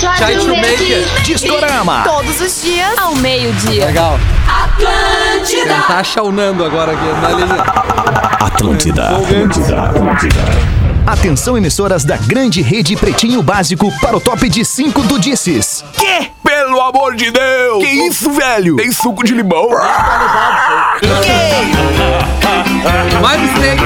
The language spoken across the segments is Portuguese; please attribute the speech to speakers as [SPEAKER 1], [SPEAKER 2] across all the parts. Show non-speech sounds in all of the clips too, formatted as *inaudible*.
[SPEAKER 1] Try to make it.
[SPEAKER 2] Discorama.
[SPEAKER 3] Todos os dias.
[SPEAKER 4] Ao meio-dia.
[SPEAKER 1] Legal. *laughs* Tentar chaunando agora aqui. Analisa.
[SPEAKER 2] Atlântida. Atlântida. Atlântida. Atenção, emissoras da grande rede Pretinho Básico para o top de 5 do Disses.
[SPEAKER 5] Que? Pelo amor de Deus! Que isso, velho? Tem suco de limão?
[SPEAKER 1] Mais um mistake.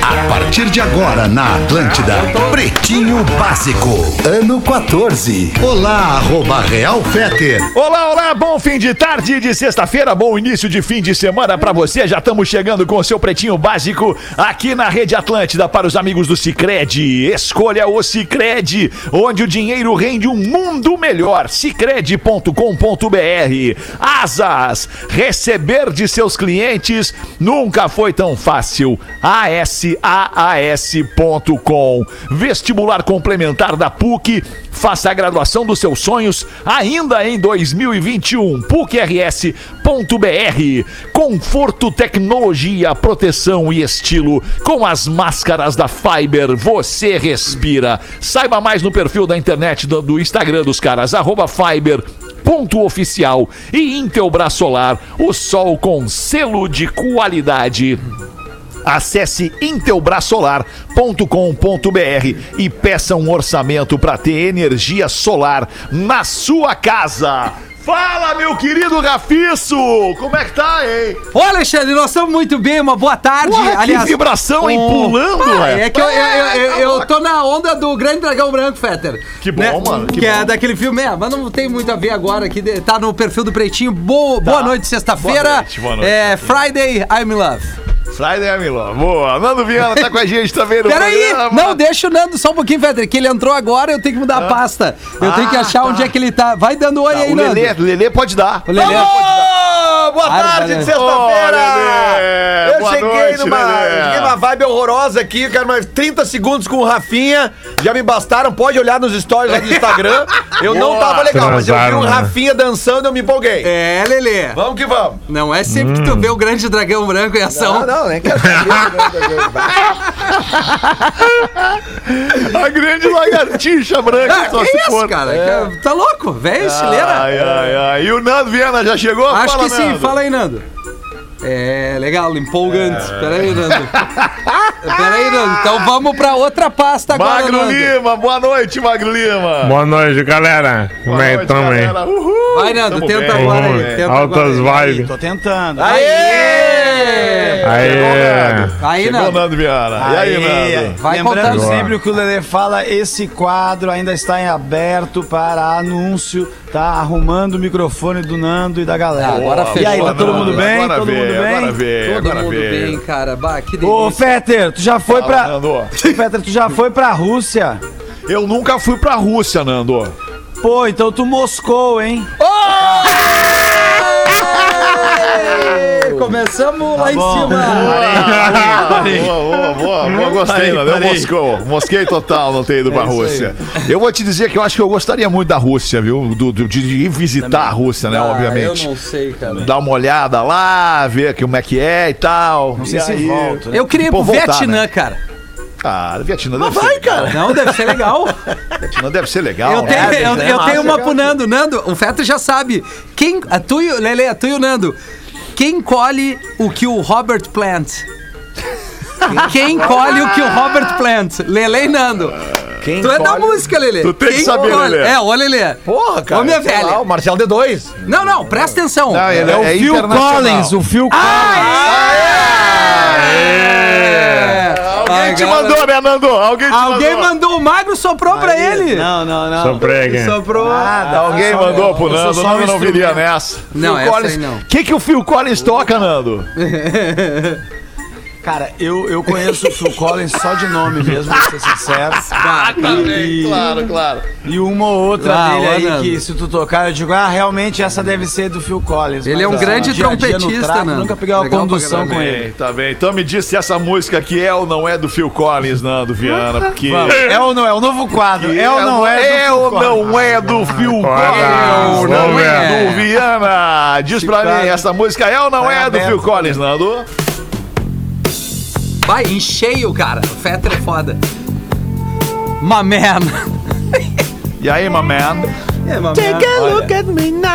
[SPEAKER 6] A partir de agora na Atlântida, Pretinho Básico, ano 14. Olá, arroba Real Feter.
[SPEAKER 7] Olá, olá, bom fim de tarde de sexta-feira, bom início de fim de semana pra você. Já estamos chegando com o seu pretinho básico aqui na Rede Atlântida para os amigos do Cicred. Escolha o Cicred, onde o dinheiro rende um mundo melhor. Cicred.com.br. Asas, receber de seus clientes nunca foi tão fácil. ASAAS.com. Vestibular complementar da PUC. Faça a graduação dos seus sonhos ainda em 2021. PUCRS.br. Conforto, tecnologia, proteção e estilo. Com as máscaras da Fiber, você respira. Saiba mais no perfil da internet do, do Instagram dos caras, arroba Fiber. Ponto oficial e Intelbras Solar, o sol com selo de qualidade. Acesse intelbrasolar.com.br e peça um orçamento para ter energia solar na sua casa. Fala, meu querido Rafiço! Como é que tá, hein?
[SPEAKER 1] Ô, Alexandre, nós estamos muito bem. Uma boa tarde.
[SPEAKER 7] Porra, que vibração, hein? Pulando,
[SPEAKER 1] Ah,
[SPEAKER 7] ué. tá
[SPEAKER 1] é que eu, eu, eu, eu- eu tô na onda do Grande Dragão Branco, Fetter.
[SPEAKER 7] Que bom, mano,
[SPEAKER 1] Que,
[SPEAKER 7] que
[SPEAKER 1] é
[SPEAKER 7] bom.
[SPEAKER 1] daquele filme, é, mas não tem muito a ver agora. aqui. de- tá no perfil do Pretinho. Boa, boa noite, sexta-feira.
[SPEAKER 7] Tá. Boa noite, boa noite.
[SPEAKER 1] É Friday, I'm in love.
[SPEAKER 7] Friday, Miló. Boa. Nando Viana tá com a gente também no
[SPEAKER 1] Peraí,
[SPEAKER 7] programa.
[SPEAKER 1] não, deixa o Nando só um pouquinho, Fetter, que ele entrou agora, eu tenho que mudar a pasta. Eu tenho que
[SPEAKER 7] Ah,
[SPEAKER 1] achar onde
[SPEAKER 7] tá.
[SPEAKER 1] é que ele tá. Vai dando oi
[SPEAKER 7] Tá,
[SPEAKER 1] aí,
[SPEAKER 7] o
[SPEAKER 1] Nando.
[SPEAKER 7] Lelê, Lelê pode dar.
[SPEAKER 1] O Lelê.
[SPEAKER 8] Alô, boa
[SPEAKER 1] Para,
[SPEAKER 8] tarde
[SPEAKER 1] para.
[SPEAKER 8] de
[SPEAKER 7] Ô, Lelê,
[SPEAKER 8] sexta-feira! Eu
[SPEAKER 7] boa
[SPEAKER 8] cheguei,
[SPEAKER 7] noite,
[SPEAKER 8] numa,
[SPEAKER 7] Lelê.
[SPEAKER 8] cheguei numa vibe horrorosa aqui, cara, mais 30 segundos com o Rafinha, já me bastaram, pode olhar nos stories lá do Instagram. Eu não
[SPEAKER 7] Boa.
[SPEAKER 8] tava legal, mas eu vi
[SPEAKER 5] Transaram,
[SPEAKER 8] um
[SPEAKER 5] né?
[SPEAKER 8] Rafinha dançando, eu me empolguei.
[SPEAKER 1] É, Lelê.
[SPEAKER 8] Vamos que vamos.
[SPEAKER 1] Não é sempre que tu
[SPEAKER 7] Hum.
[SPEAKER 1] vê o Grande Dragão Branco em ação.
[SPEAKER 8] não, nem quero saber.
[SPEAKER 7] *laughs* A grande lagartixa branca,
[SPEAKER 1] Ah,
[SPEAKER 7] só
[SPEAKER 1] que
[SPEAKER 7] se
[SPEAKER 1] isso,
[SPEAKER 7] for. É. Ah,
[SPEAKER 1] cara? Que- Tá louco? Velho, estileira.
[SPEAKER 7] Ai, ai, ai. E o Nando Viana já chegou?
[SPEAKER 1] Acho que sim,
[SPEAKER 7] então Nando.
[SPEAKER 1] fala aí, Nando. É, legal, empolgante.
[SPEAKER 7] É.
[SPEAKER 1] Pera aí, Nando. Pera aí, Nando. Então vamos pra outra pasta agora,
[SPEAKER 7] Magro
[SPEAKER 1] Nando.
[SPEAKER 7] Lima, boa noite, Magro Lima.
[SPEAKER 5] Boa noite, galera. Como é que tamo aí?
[SPEAKER 7] Ah. galera. Uhul.
[SPEAKER 1] Vai, Nando,
[SPEAKER 7] Tamo
[SPEAKER 1] tenta
[SPEAKER 7] bem.
[SPEAKER 9] um
[SPEAKER 1] agora aí.
[SPEAKER 5] Vamos,
[SPEAKER 1] Tenta
[SPEAKER 5] Altas
[SPEAKER 1] agora aí.
[SPEAKER 5] vibes.
[SPEAKER 2] Tô tentando.
[SPEAKER 1] Aê!
[SPEAKER 5] Aê!
[SPEAKER 1] Aí,
[SPEAKER 7] Chegou o
[SPEAKER 1] Nando.
[SPEAKER 7] Nando Viana. E aí, Nando?
[SPEAKER 1] Vai
[SPEAKER 2] Lembrando
[SPEAKER 1] contando.
[SPEAKER 2] sempre o que o Lelê fala, esse quadro ainda está em aberto para anúncio. Tá arrumando o microfone do Nando e da galera.
[SPEAKER 1] Agora
[SPEAKER 2] e aí,
[SPEAKER 1] fechou,
[SPEAKER 2] tá todo
[SPEAKER 1] Nando.
[SPEAKER 2] mundo bem?
[SPEAKER 7] Agora
[SPEAKER 2] todo
[SPEAKER 7] vem,
[SPEAKER 2] mundo bem?
[SPEAKER 7] Agora vem,
[SPEAKER 1] Todo
[SPEAKER 7] agora
[SPEAKER 1] mundo
[SPEAKER 7] vem.
[SPEAKER 1] bem, cara. Bah, que
[SPEAKER 2] Ô,
[SPEAKER 1] delícia.
[SPEAKER 2] Fetter, tu já foi
[SPEAKER 7] Fala,
[SPEAKER 2] pra.
[SPEAKER 7] Nando.
[SPEAKER 2] Fetter, tu já foi pra Rússia?
[SPEAKER 7] Eu nunca fui pra Rússia, Nando.
[SPEAKER 2] Pô, então tu moscou, hein?
[SPEAKER 1] Aê! Começamos lá em
[SPEAKER 2] bom.
[SPEAKER 1] cima.
[SPEAKER 7] Boa, boa, boa, boa, boa, gostei,
[SPEAKER 2] Parei,
[SPEAKER 7] Nando. Eu
[SPEAKER 2] parei.
[SPEAKER 7] moscou. Mosquei total não ter ido pra Rússia. Eu vou te dizer que eu acho que eu gostaria muito da Rússia, viu? Do- do- de ir visitar a Rússia, né?
[SPEAKER 1] Ah,
[SPEAKER 7] Obviamente.
[SPEAKER 1] Eu não sei, cara.
[SPEAKER 7] Dar uma olhada lá, ver que- como é que é e tal.
[SPEAKER 2] Não sei
[SPEAKER 7] E
[SPEAKER 2] se
[SPEAKER 7] aí-
[SPEAKER 2] volto. né?
[SPEAKER 1] Eu queria ir pro
[SPEAKER 7] Vou voltar,
[SPEAKER 1] Vietnã,
[SPEAKER 7] né?
[SPEAKER 1] cara.
[SPEAKER 7] Cara, Vietnã deve ser. Vai, cara.
[SPEAKER 1] Não, deve ser
[SPEAKER 7] *laughs*
[SPEAKER 1] legal.
[SPEAKER 7] Vietnã deve ser legal.
[SPEAKER 1] Eu
[SPEAKER 7] né?
[SPEAKER 1] tenho, eu,
[SPEAKER 8] né?
[SPEAKER 1] eu
[SPEAKER 8] Massa,
[SPEAKER 1] tenho uma
[SPEAKER 8] cara.
[SPEAKER 1] pro Nando. Nando, o Fetter já sabe. Quem, a tu e, o- Lele, a tu e o Nando. Quem colhe o que o Robert Plant? Quem colhe o que o Robert Plant? Lele e Nando.
[SPEAKER 8] Quem
[SPEAKER 1] tu é da
[SPEAKER 8] colhe-
[SPEAKER 1] música, Lele.
[SPEAKER 7] Tu tem que
[SPEAKER 1] Quem
[SPEAKER 7] saber,
[SPEAKER 1] colhe-
[SPEAKER 7] Lelê.
[SPEAKER 1] É, ô Lele.
[SPEAKER 8] Porra, cara.
[SPEAKER 1] Ô, minha
[SPEAKER 8] sei
[SPEAKER 1] velha.
[SPEAKER 8] lá, o Marcel D2.
[SPEAKER 1] Não, não, presta atenção.
[SPEAKER 7] Não, ele
[SPEAKER 2] É o Phil
[SPEAKER 7] internacional.
[SPEAKER 2] Collins, o Phil
[SPEAKER 1] É.
[SPEAKER 7] Alguém te
[SPEAKER 1] Agora-
[SPEAKER 7] mandou, né, Nando? Alguém te
[SPEAKER 1] Alguém
[SPEAKER 7] mandou.
[SPEAKER 1] mandou o magro, soprou pra ele.
[SPEAKER 2] Não, não, não.
[SPEAKER 5] Soprega.
[SPEAKER 1] Soprou.
[SPEAKER 2] Nada.
[SPEAKER 7] Alguém
[SPEAKER 2] Só-
[SPEAKER 7] mandou pro
[SPEAKER 2] eu sou
[SPEAKER 7] Nando,
[SPEAKER 2] só
[SPEAKER 7] o Nando
[SPEAKER 2] um
[SPEAKER 7] não viria
[SPEAKER 2] instrumento.
[SPEAKER 7] né? nessa.
[SPEAKER 1] Não,
[SPEAKER 7] Phil
[SPEAKER 1] essa
[SPEAKER 7] Collins-
[SPEAKER 1] aí não.
[SPEAKER 7] Que que o Phil Collins toca, Nando?
[SPEAKER 2] Cara, eu, eu conheço o Phil Collins só de nome mesmo, pra ser sincero. E-
[SPEAKER 7] claro.
[SPEAKER 2] E uma ou outra
[SPEAKER 1] Ah,
[SPEAKER 2] dele
[SPEAKER 1] o
[SPEAKER 2] aí
[SPEAKER 1] Anando.
[SPEAKER 2] que se tu tocar, eu digo, ah, realmente essa deve ser do Phil Collins.
[SPEAKER 1] Ele é um
[SPEAKER 2] Mas,
[SPEAKER 1] grande
[SPEAKER 2] ah, dia a dia no
[SPEAKER 1] trompetista,
[SPEAKER 2] trato,
[SPEAKER 1] Nando.
[SPEAKER 2] Nunca peguei uma
[SPEAKER 1] Legal pra
[SPEAKER 2] condução
[SPEAKER 1] caralho.
[SPEAKER 2] com ele.
[SPEAKER 7] Bem, tá bem. Então me diz se essa música aqui é ou não é do Phil Collins, Nando Viana, porque...
[SPEAKER 2] É ou não é? O novo quadro. É ou não é? do
[SPEAKER 7] É
[SPEAKER 2] Phil
[SPEAKER 7] ou
[SPEAKER 2] Collins?
[SPEAKER 7] não é do Phil
[SPEAKER 5] Collins,
[SPEAKER 7] Collins? Não
[SPEAKER 5] vamos
[SPEAKER 7] é
[SPEAKER 1] ver.
[SPEAKER 7] do Viana. Diz pra
[SPEAKER 2] Chicago.
[SPEAKER 7] mim, essa música é ou não
[SPEAKER 2] Tá
[SPEAKER 7] é do
[SPEAKER 2] aberto.
[SPEAKER 7] Phil Collins, Nando?
[SPEAKER 1] Vai, em
[SPEAKER 7] *laughs*
[SPEAKER 1] cheio, cara. O Fetter é foda. My man.
[SPEAKER 7] E aí, my man?
[SPEAKER 3] Take a look at me now.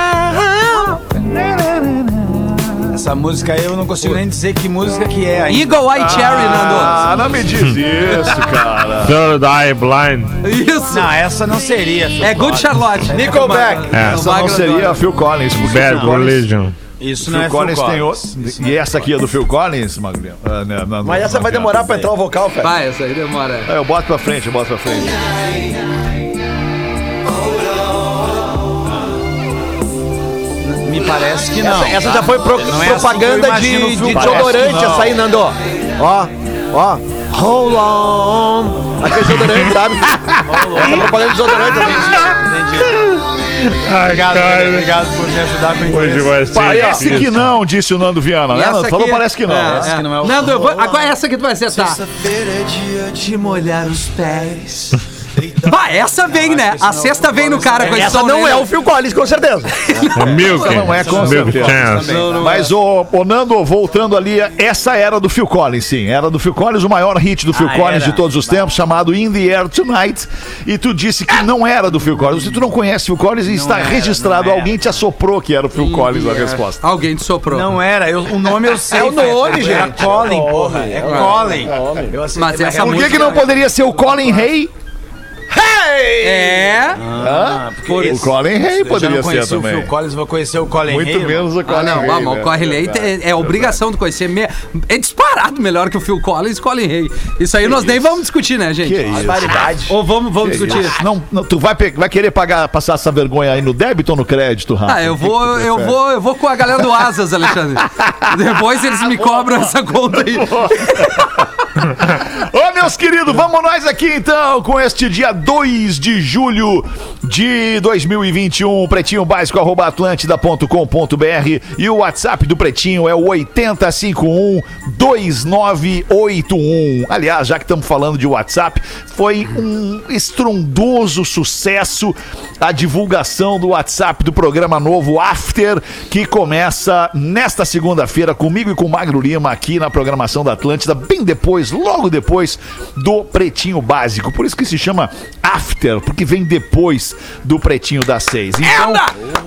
[SPEAKER 4] Essa música aí eu não consigo nem dizer que música que é ainda.
[SPEAKER 1] Eagle Eye Cherry,
[SPEAKER 7] Ah, não me diz isso, é cara.
[SPEAKER 9] Third Eye Blind.
[SPEAKER 1] Nando. Isso.
[SPEAKER 4] Não, essa não seria. Phil
[SPEAKER 1] É Good
[SPEAKER 4] Collins.
[SPEAKER 1] Charlotte.
[SPEAKER 8] Nickelback.
[SPEAKER 9] É.
[SPEAKER 7] Essa
[SPEAKER 1] tá
[SPEAKER 7] não seria Phil Collins. porque Phil
[SPEAKER 9] Bad
[SPEAKER 7] Collins-
[SPEAKER 9] Religion.
[SPEAKER 4] Isso
[SPEAKER 7] Phil
[SPEAKER 4] não é Phil
[SPEAKER 7] Collins tem
[SPEAKER 4] Collins.
[SPEAKER 7] outro. E essa aqui é do Phil Collins, Magrinho? Ah, não, não,
[SPEAKER 8] Mas
[SPEAKER 7] não,
[SPEAKER 8] essa
[SPEAKER 7] não
[SPEAKER 8] vai
[SPEAKER 7] adianta.
[SPEAKER 8] demorar pra entrar o vocal, velho.
[SPEAKER 1] Vai, essa aí demora.
[SPEAKER 7] Ah, Eu boto pra frente, eu boto pra frente.
[SPEAKER 4] Me parece que não.
[SPEAKER 8] Essa, essa já foi pro-
[SPEAKER 4] Não é assim
[SPEAKER 8] propaganda
[SPEAKER 4] que eu imagino o
[SPEAKER 8] de,
[SPEAKER 4] Phil
[SPEAKER 8] de
[SPEAKER 4] Collins.
[SPEAKER 8] desodorante,
[SPEAKER 4] Parece que não.
[SPEAKER 8] essa aí, Nando. Ó, ó. ó. Hold on. Aquele desodorante, sabe? Essa propaganda de desodorante também.
[SPEAKER 9] Ai,
[SPEAKER 4] Obrigado,
[SPEAKER 9] cara,
[SPEAKER 4] obrigado por me ajudar com
[SPEAKER 9] Hoje
[SPEAKER 4] isso.
[SPEAKER 9] vai ser.
[SPEAKER 7] Parece que
[SPEAKER 9] difícil.
[SPEAKER 7] não, disse o Nando Viana,
[SPEAKER 1] E
[SPEAKER 7] né?
[SPEAKER 1] essa
[SPEAKER 7] Nando? Falou
[SPEAKER 1] aqui-
[SPEAKER 7] parece que não.
[SPEAKER 1] É,
[SPEAKER 4] Parece
[SPEAKER 1] é.
[SPEAKER 4] que não é o-
[SPEAKER 1] Nando, eu vou- agora essa que tu vai tá? acertar.
[SPEAKER 4] Sexta-feira é dia de molhar os pés.
[SPEAKER 1] Ah, essa vem, né? A sexta vem no cara com a
[SPEAKER 8] Essa
[SPEAKER 1] edição
[SPEAKER 8] não
[SPEAKER 1] dele.
[SPEAKER 8] é o Phil Collins, com certeza.
[SPEAKER 9] É Milk.
[SPEAKER 7] Não é com
[SPEAKER 9] Milk
[SPEAKER 7] certeza.
[SPEAKER 9] Chance.
[SPEAKER 7] Mas o, o Nando, voltando ali, essa era do Phil Collins, sim. Era do Phil Collins, o maior hit do Phil Collins de todos os tempos, chamado In the Air Tonight. E tu disse que não era do Phil Collins. Se tu não conhece Phil Collins, está
[SPEAKER 4] era,
[SPEAKER 7] registrado.
[SPEAKER 4] não era.
[SPEAKER 7] Alguém te assoprou que era o Phil Collins a resposta.
[SPEAKER 1] é. Alguém te soprou.
[SPEAKER 4] Não era, eu- o nome eu sei.
[SPEAKER 8] É o nome,
[SPEAKER 4] Fetter, Era
[SPEAKER 8] gente.
[SPEAKER 4] Colin, porra. É Colin. Eu acertei,
[SPEAKER 1] Mas essa
[SPEAKER 7] Por que,
[SPEAKER 1] música...
[SPEAKER 7] que não poderia ser o Colin Hay?
[SPEAKER 1] É...
[SPEAKER 7] Hã?
[SPEAKER 4] porque
[SPEAKER 7] o Colin Hay
[SPEAKER 4] Eu já não
[SPEAKER 7] poderia ser
[SPEAKER 4] conheci o
[SPEAKER 7] também.
[SPEAKER 4] Phil Collins, vou conhecer o Colin
[SPEAKER 7] Muito
[SPEAKER 4] Hay, irmão.
[SPEAKER 7] menos o Colin
[SPEAKER 1] Ah, não,
[SPEAKER 7] Hay.
[SPEAKER 1] vamos,
[SPEAKER 7] né?
[SPEAKER 1] o Corre Lei é, é obrigação de conhecer. me- É disparado melhor que o Phil Collins e Colin Rey. Isso aí nós nem vamos discutir, né, gente?
[SPEAKER 7] Que isso?
[SPEAKER 1] Ou vamos, vamos discutir.
[SPEAKER 7] Não, não, tu vai, pe- vai querer pagar, passar essa vergonha aí no débito ou no crédito, Rafa?
[SPEAKER 1] Ah, eu
[SPEAKER 7] O que que
[SPEAKER 1] vou,
[SPEAKER 7] tu
[SPEAKER 1] eu
[SPEAKER 7] prefere?
[SPEAKER 1] vou, eu vou com a galera do Asas, Alexandre. Depois eles me cobram essa conta aí.
[SPEAKER 7] Ô, meus queridos, vamos nós aqui então com este dia 2 de julho de 2021. Pretinho básico arroba atlântida.com.br e o WhatsApp do Pretinho é o 8051-2981. Aliás, já que estamos falando de WhatsApp, foi um estrondoso sucesso a divulgação do WhatsApp do programa novo After, que começa nesta segunda-feira comigo e com o Magro Lima aqui na programação da Atlântida, bem depois, logo depois do Pretinho Básico. Por isso que se chama After, porque vem depois do Pretinho das Seis. Então,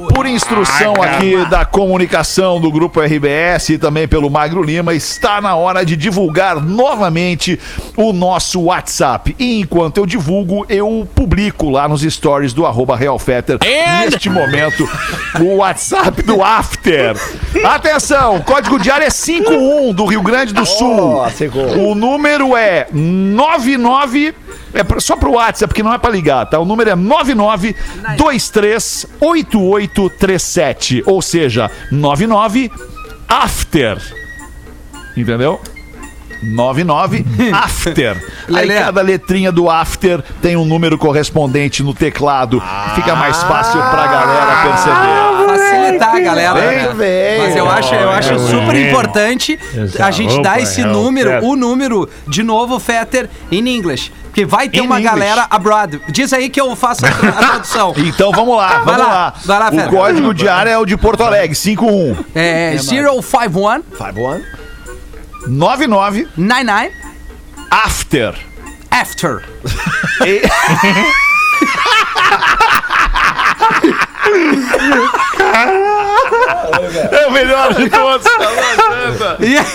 [SPEAKER 7] por instrução aqui da comunicação do Grupo RBS e também pelo Magro Lima, está na hora de divulgar novamente o nosso WhatsApp. E enquanto eu divulgo, eu publico lá nos stories do arroba RealFetter, neste momento, o WhatsApp do After. Atenção, código de área é 51 do Rio Grande do Sul. O número é 99. É pra- só pro WhatsApp, porque não é pra ligar, tá? O número é 99238837. Ou seja, 99 after. Entendeu? 99
[SPEAKER 1] *laughs*
[SPEAKER 7] after. Aí
[SPEAKER 1] Lelê.
[SPEAKER 7] cada letrinha do after tem um número correspondente no teclado. Fica mais
[SPEAKER 1] Ah.
[SPEAKER 7] fácil pra galera perceber.
[SPEAKER 1] Facilitar a galera.
[SPEAKER 7] Bem,
[SPEAKER 1] né?
[SPEAKER 7] bem.
[SPEAKER 1] Mas eu acho, eu acho super importante a gente dar esse
[SPEAKER 9] Opa, é o
[SPEAKER 1] número,
[SPEAKER 9] Fetter.
[SPEAKER 1] o número, de novo, Fetter, in English. Porque vai ter
[SPEAKER 7] In
[SPEAKER 1] uma
[SPEAKER 7] English.
[SPEAKER 1] galera abroad. Diz aí que eu faço a tra- a
[SPEAKER 9] *laughs*
[SPEAKER 1] tradução.
[SPEAKER 7] Então vamos lá,
[SPEAKER 1] Vai
[SPEAKER 7] vamos
[SPEAKER 1] lá,
[SPEAKER 7] lá.
[SPEAKER 1] vai lá, Fera.
[SPEAKER 7] o código de área é o de Porto Alegre, 51
[SPEAKER 1] É 051
[SPEAKER 7] 99
[SPEAKER 1] 99
[SPEAKER 7] after.
[SPEAKER 1] after.
[SPEAKER 7] É o melhor de todos.
[SPEAKER 4] *laughs*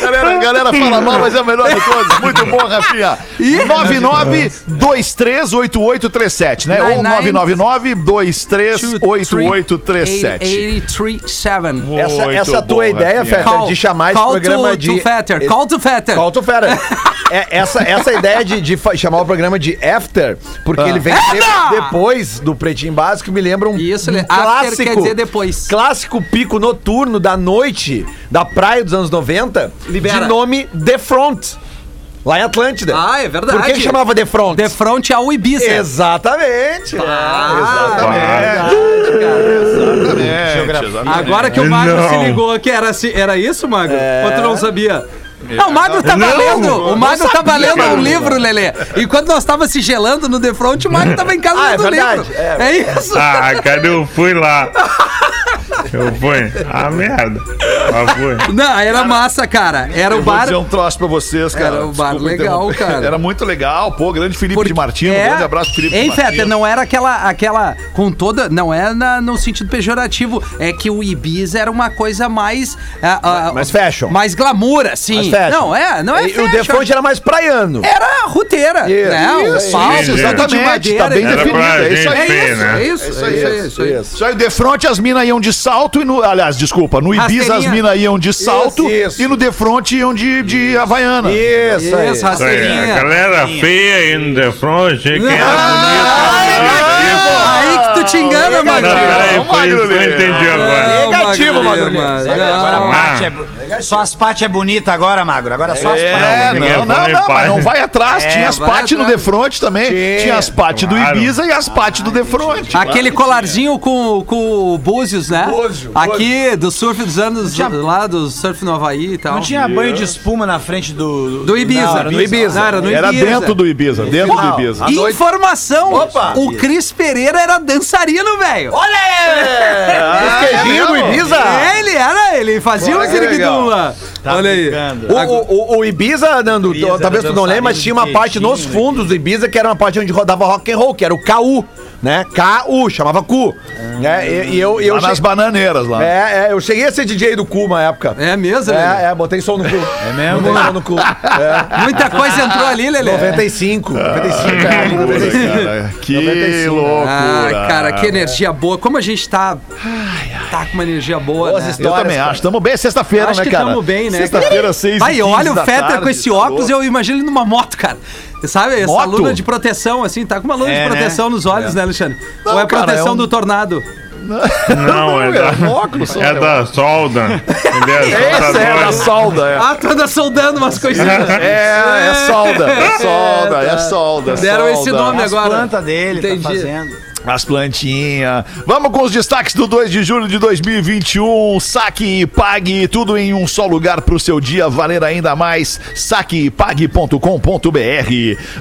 [SPEAKER 7] galera, a galera fala mal, mas é o melhor de todos. Muito bom, Rafinha. 99238837, né?
[SPEAKER 8] Um
[SPEAKER 7] Ou 999238837.
[SPEAKER 1] 8337.
[SPEAKER 8] Essa, essa tua ideia, Fetter,
[SPEAKER 1] Call-
[SPEAKER 8] de chamar esse
[SPEAKER 1] call
[SPEAKER 8] programa
[SPEAKER 1] to,
[SPEAKER 8] de.
[SPEAKER 1] to Fetter,
[SPEAKER 8] Esse-
[SPEAKER 1] call to Fetter.
[SPEAKER 8] Call to Fetter. É, essa, essa ideia de, de fa- chamar o programa de After, porque ele vem sempre depois do Pretinho Básico, me lembra um,
[SPEAKER 1] Isso,
[SPEAKER 8] um
[SPEAKER 1] Lê. After quer dizer depois.
[SPEAKER 8] Clássico pico noturno da noite, da praia dos anos 90,
[SPEAKER 1] Libera.
[SPEAKER 8] de nome The Front, lá em Atlântida.
[SPEAKER 1] Ah, é verdade.
[SPEAKER 8] Por que, que chamava The Front?
[SPEAKER 1] De frente ao Ibiza.
[SPEAKER 8] Exatamente.
[SPEAKER 1] Ah,
[SPEAKER 7] né,
[SPEAKER 1] agora que o Magro
[SPEAKER 9] Não.
[SPEAKER 1] se ligou que era, assim- era isso, Magro?
[SPEAKER 8] É.
[SPEAKER 1] Ou tu não sabia? Não, o Magro tava lendo, o Magro tava lendo um livro, Lelê. Enquanto nós tava se gelando no The Front, o Magro tava em casa
[SPEAKER 8] Ah, é
[SPEAKER 1] lendo o
[SPEAKER 8] verdade,
[SPEAKER 1] livro.
[SPEAKER 8] é.
[SPEAKER 1] É, isso.
[SPEAKER 9] Ah, cara, eu fui lá. Eu fui. Ah, merda. Lá foi.
[SPEAKER 1] Não, era massa, cara. Era o
[SPEAKER 7] Eu vou
[SPEAKER 1] bar.
[SPEAKER 7] dizer um troço pra vocês, cara.
[SPEAKER 1] Era um bar
[SPEAKER 7] Desculpa
[SPEAKER 1] legal,
[SPEAKER 7] interromper.
[SPEAKER 1] cara.
[SPEAKER 7] Era muito legal. Pô, grande Felipe
[SPEAKER 1] Porque-
[SPEAKER 7] de Martino.
[SPEAKER 1] é.
[SPEAKER 7] Grande abraço, Felipe
[SPEAKER 1] Hein,
[SPEAKER 7] de Martino.
[SPEAKER 1] Feta, não era aquela, aquela com toda, não é na- no sentido pejorativo, é que o Ibiza era uma coisa mais ah, ah,
[SPEAKER 8] Mais fashion.
[SPEAKER 1] mais glamour, assim.
[SPEAKER 8] Mas fecha.
[SPEAKER 1] Não é, não é.
[SPEAKER 8] E O
[SPEAKER 1] fashion.
[SPEAKER 8] default era mais praiano.
[SPEAKER 1] era ruteira,
[SPEAKER 8] Isso,
[SPEAKER 1] né?
[SPEAKER 8] isso,
[SPEAKER 1] Os palcos,
[SPEAKER 9] isso,
[SPEAKER 1] tudo de
[SPEAKER 7] exatamente,
[SPEAKER 1] madeira.
[SPEAKER 7] tá bem
[SPEAKER 1] é
[SPEAKER 9] Era
[SPEAKER 7] definido,
[SPEAKER 9] pra
[SPEAKER 7] é isso
[SPEAKER 9] gente
[SPEAKER 7] aí.
[SPEAKER 9] ver,
[SPEAKER 1] isso,
[SPEAKER 9] né?
[SPEAKER 1] é isso, é isso, é isso, é isso.
[SPEAKER 7] Isso aí, de fronte as minas iam de salto, e no, aliás, desculpa, no Ibiza
[SPEAKER 1] Rasteirinha.
[SPEAKER 7] as minas iam de salto
[SPEAKER 8] isso.
[SPEAKER 7] e no de fronte iam de, de Havaiana.
[SPEAKER 8] Isso, aí.
[SPEAKER 1] Isso,
[SPEAKER 9] Isso aí, a
[SPEAKER 1] rasteirinha.
[SPEAKER 9] galera feia in the front, quem era bonito. tá
[SPEAKER 1] Ah, Aí que tu te engana,
[SPEAKER 7] ah,
[SPEAKER 9] Não,
[SPEAKER 1] Magrinho.
[SPEAKER 9] peraí, foi isso que eu entendi agora.
[SPEAKER 1] Negativo, Magro.
[SPEAKER 4] Agora a
[SPEAKER 1] Não.
[SPEAKER 4] parte é bu- só as partes é bonita agora, Magro. Agora só as
[SPEAKER 7] É,
[SPEAKER 4] partes.
[SPEAKER 9] Ninguém
[SPEAKER 7] não, não,
[SPEAKER 9] vai,
[SPEAKER 7] não, mas
[SPEAKER 9] pai.
[SPEAKER 7] não vai atrás.
[SPEAKER 4] É,
[SPEAKER 7] tinha as
[SPEAKER 1] vai
[SPEAKER 7] pate no
[SPEAKER 1] atrás.
[SPEAKER 7] defronte também. Tinha as pate
[SPEAKER 9] claro.
[SPEAKER 7] do Ibiza e as pate do defronte.
[SPEAKER 1] Aquele colarzinho com, com o Búzios, né?
[SPEAKER 8] Búzio,
[SPEAKER 1] Aqui, do surf dos anos
[SPEAKER 4] tinha-
[SPEAKER 1] lá, do surf no Havaí e tal.
[SPEAKER 4] Não tinha banho de espuma na frente do.
[SPEAKER 1] Do Ibiza.
[SPEAKER 4] Não, era
[SPEAKER 1] do Ibiza. Não, era no
[SPEAKER 7] Era
[SPEAKER 1] Ibiza.
[SPEAKER 7] dentro do Ibiza, dentro do Ibiza.
[SPEAKER 1] Informação! O Cris Pereira era dançarino, velho! Olha!
[SPEAKER 7] Ah, é
[SPEAKER 8] Esquerdinho do Ibiza?
[SPEAKER 1] É, Ele era, ele fazia o
[SPEAKER 8] Olha que legal.
[SPEAKER 1] Zirigdula. Olha aí.
[SPEAKER 4] brincando.
[SPEAKER 8] O, o, o, o Ibiza, Nando,
[SPEAKER 4] Ibiza,
[SPEAKER 8] talvez tu não lembre, mas tinha uma
[SPEAKER 4] dançarino,
[SPEAKER 8] parte nos
[SPEAKER 4] queijinho,
[SPEAKER 8] fundos do Ibiza que era uma parte onde rodava rock and roll, que era o KU, né? KU, chamava Cu. né? E, e eu, e eu
[SPEAKER 7] Lá nas
[SPEAKER 8] cheguei,
[SPEAKER 7] bananeiras lá.
[SPEAKER 8] é, é, eu cheguei a ser DJ do Cu uma época.
[SPEAKER 1] É mesmo, Lelê?
[SPEAKER 8] É, é, botei som no cu.
[SPEAKER 7] *laughs*
[SPEAKER 8] É
[SPEAKER 4] mesmo?
[SPEAKER 8] Botei som no cu. É.
[SPEAKER 1] Muita coisa entrou ali, Lelê.
[SPEAKER 8] 95, 95, cara, né? 95.
[SPEAKER 7] Cara, que
[SPEAKER 8] 95, né?
[SPEAKER 7] loucura.
[SPEAKER 1] Ah, cara, que energia boa. Como a gente tá. Tá com uma energia boa,
[SPEAKER 8] Boas
[SPEAKER 1] né?
[SPEAKER 8] histórias.
[SPEAKER 7] Eu também
[SPEAKER 8] cara.
[SPEAKER 7] acho. Tamo bem. É Sexta-feira,
[SPEAKER 1] Acho
[SPEAKER 7] né,
[SPEAKER 1] que
[SPEAKER 7] cara?
[SPEAKER 1] tamo bem, né,
[SPEAKER 7] Sexta-feira, seis e
[SPEAKER 1] Vai,
[SPEAKER 7] quinze
[SPEAKER 1] olha o
[SPEAKER 7] da
[SPEAKER 1] Fetter
[SPEAKER 7] tarde,
[SPEAKER 1] com esse
[SPEAKER 7] tá
[SPEAKER 1] óculos,
[SPEAKER 7] louco?
[SPEAKER 1] eu imagino ele numa moto, cara. Sabe, essa
[SPEAKER 7] Moto?
[SPEAKER 1] luna de proteção, assim, tá com uma luna
[SPEAKER 4] É,
[SPEAKER 1] de
[SPEAKER 4] né?
[SPEAKER 1] proteção nos olhos, né, Alexandre? Ou é
[SPEAKER 7] cara,
[SPEAKER 1] proteção
[SPEAKER 7] é um-
[SPEAKER 1] do tornado?
[SPEAKER 9] Não, é
[SPEAKER 7] Era
[SPEAKER 9] da,
[SPEAKER 7] óculos.
[SPEAKER 9] é da solda. Entendeu?
[SPEAKER 7] Essa é da
[SPEAKER 9] *laughs* Solda
[SPEAKER 7] solda, é.
[SPEAKER 1] Ah, tu anda soldando umas coisinhas.
[SPEAKER 7] É, é solda, é solda,
[SPEAKER 8] tá.
[SPEAKER 7] é solda. é
[SPEAKER 1] Deram esse
[SPEAKER 7] solda.
[SPEAKER 1] nome
[SPEAKER 4] As
[SPEAKER 1] agora.
[SPEAKER 4] plantas dele,
[SPEAKER 1] Entendi.
[SPEAKER 4] tá fazendo.
[SPEAKER 7] As plantinhas. Vamos com os destaques do 2 de julho de 2021. Saque e pague tudo em um só lugar para o seu dia valer ainda mais. Saquepague.com.br.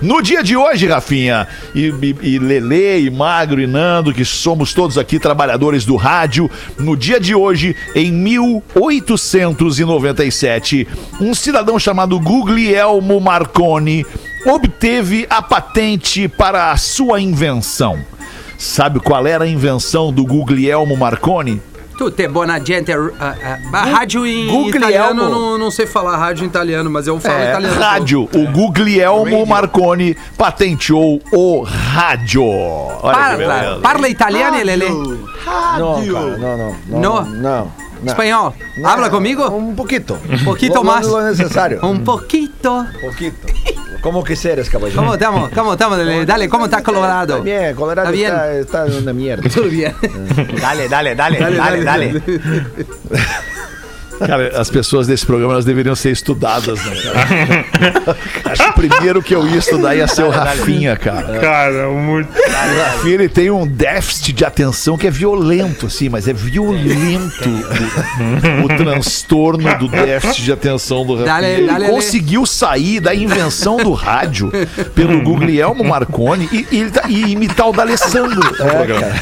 [SPEAKER 7] No dia de hoje, Rafinha, e, e, e Lele, e Magro, e Nando, que somos todos aqui trabalhadores do rádio, no dia de hoje, em 1897, um cidadão chamado Guglielmo Marconi obteve a patente para a sua invenção. Sabe qual era a invenção do Guglielmo Marconi?
[SPEAKER 1] Tu te bona gente. ah, ah, a rádio em
[SPEAKER 8] Guglielmo.
[SPEAKER 1] italiano, eu não, não sei falar rádio em italiano, mas eu falo
[SPEAKER 7] É,
[SPEAKER 1] italiano. então.
[SPEAKER 7] rádio. O Guglielmo Marconi patenteou o rádio. Olha que
[SPEAKER 1] Parla,
[SPEAKER 7] beleza.
[SPEAKER 1] parla italiano, Lele.
[SPEAKER 8] Não,
[SPEAKER 4] Ah,
[SPEAKER 8] cara, não, não.
[SPEAKER 1] No.
[SPEAKER 8] Não. Não. não.
[SPEAKER 1] Espanhol. Habla comigo?
[SPEAKER 8] Um pouquito. Um
[SPEAKER 1] Poquito
[SPEAKER 4] Então,
[SPEAKER 1] más.
[SPEAKER 8] Não é
[SPEAKER 4] *laughs*
[SPEAKER 8] necessário.
[SPEAKER 1] Um pouquito.
[SPEAKER 8] poquito. Como que seres, caballero.
[SPEAKER 1] Como estamos? Como estamos, Lele? Dale, como tá colorado?
[SPEAKER 8] Está bien, Colorado
[SPEAKER 1] Está bien.
[SPEAKER 8] está, está una mierda.
[SPEAKER 1] Tudo bem.
[SPEAKER 4] *laughs* Dale, dale, dale, dale, dale.
[SPEAKER 7] Cara, as pessoas desse programa elas deveriam ser estudadas, né, cara? Acho que o primeiro que eu ia estudar ia ser o Rafinha, cara.
[SPEAKER 9] Cara, muito.
[SPEAKER 7] O Rafinha ele tem um déficit de atenção que é violento, assim, mas é violento o, o transtorno do déficit de atenção do Rafinha.
[SPEAKER 1] Dale,
[SPEAKER 7] ele
[SPEAKER 1] dale, dale.
[SPEAKER 7] conseguiu sair da invenção do rádio
[SPEAKER 1] Hum.
[SPEAKER 7] pelo Guglielmo Marconi e, e ele tá- e imitar o D'Alessandro. no programa.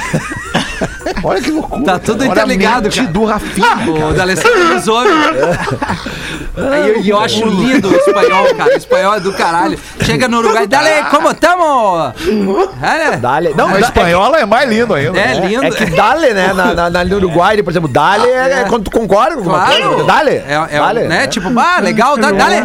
[SPEAKER 7] Olha que loucura.
[SPEAKER 1] É, Tá tudo
[SPEAKER 7] cara. Olha a
[SPEAKER 1] interligado,
[SPEAKER 7] mente
[SPEAKER 1] cara.
[SPEAKER 7] do Rafinha.
[SPEAKER 1] *laughs* O D'Alessandro nos
[SPEAKER 8] *laughs*
[SPEAKER 1] ouve. Aí eu, e eu acho lindo o espanhol, cara. O espanhol é do caralho. Chega no Uruguai, dale, como
[SPEAKER 8] *laughs*
[SPEAKER 1] estamos?
[SPEAKER 8] Dale. Não,
[SPEAKER 7] A
[SPEAKER 8] da-
[SPEAKER 7] espanhola é mais lindo ainda.
[SPEAKER 1] É lindo. Ah,
[SPEAKER 8] é que dale, né? Na, na, na, no Uruguai, por exemplo, dale é, quando tu concorda com alguma
[SPEAKER 1] Claro.
[SPEAKER 8] coisa. Dale.
[SPEAKER 1] É, é
[SPEAKER 8] dale.
[SPEAKER 1] né? Tipo, ah, legal, da- dale.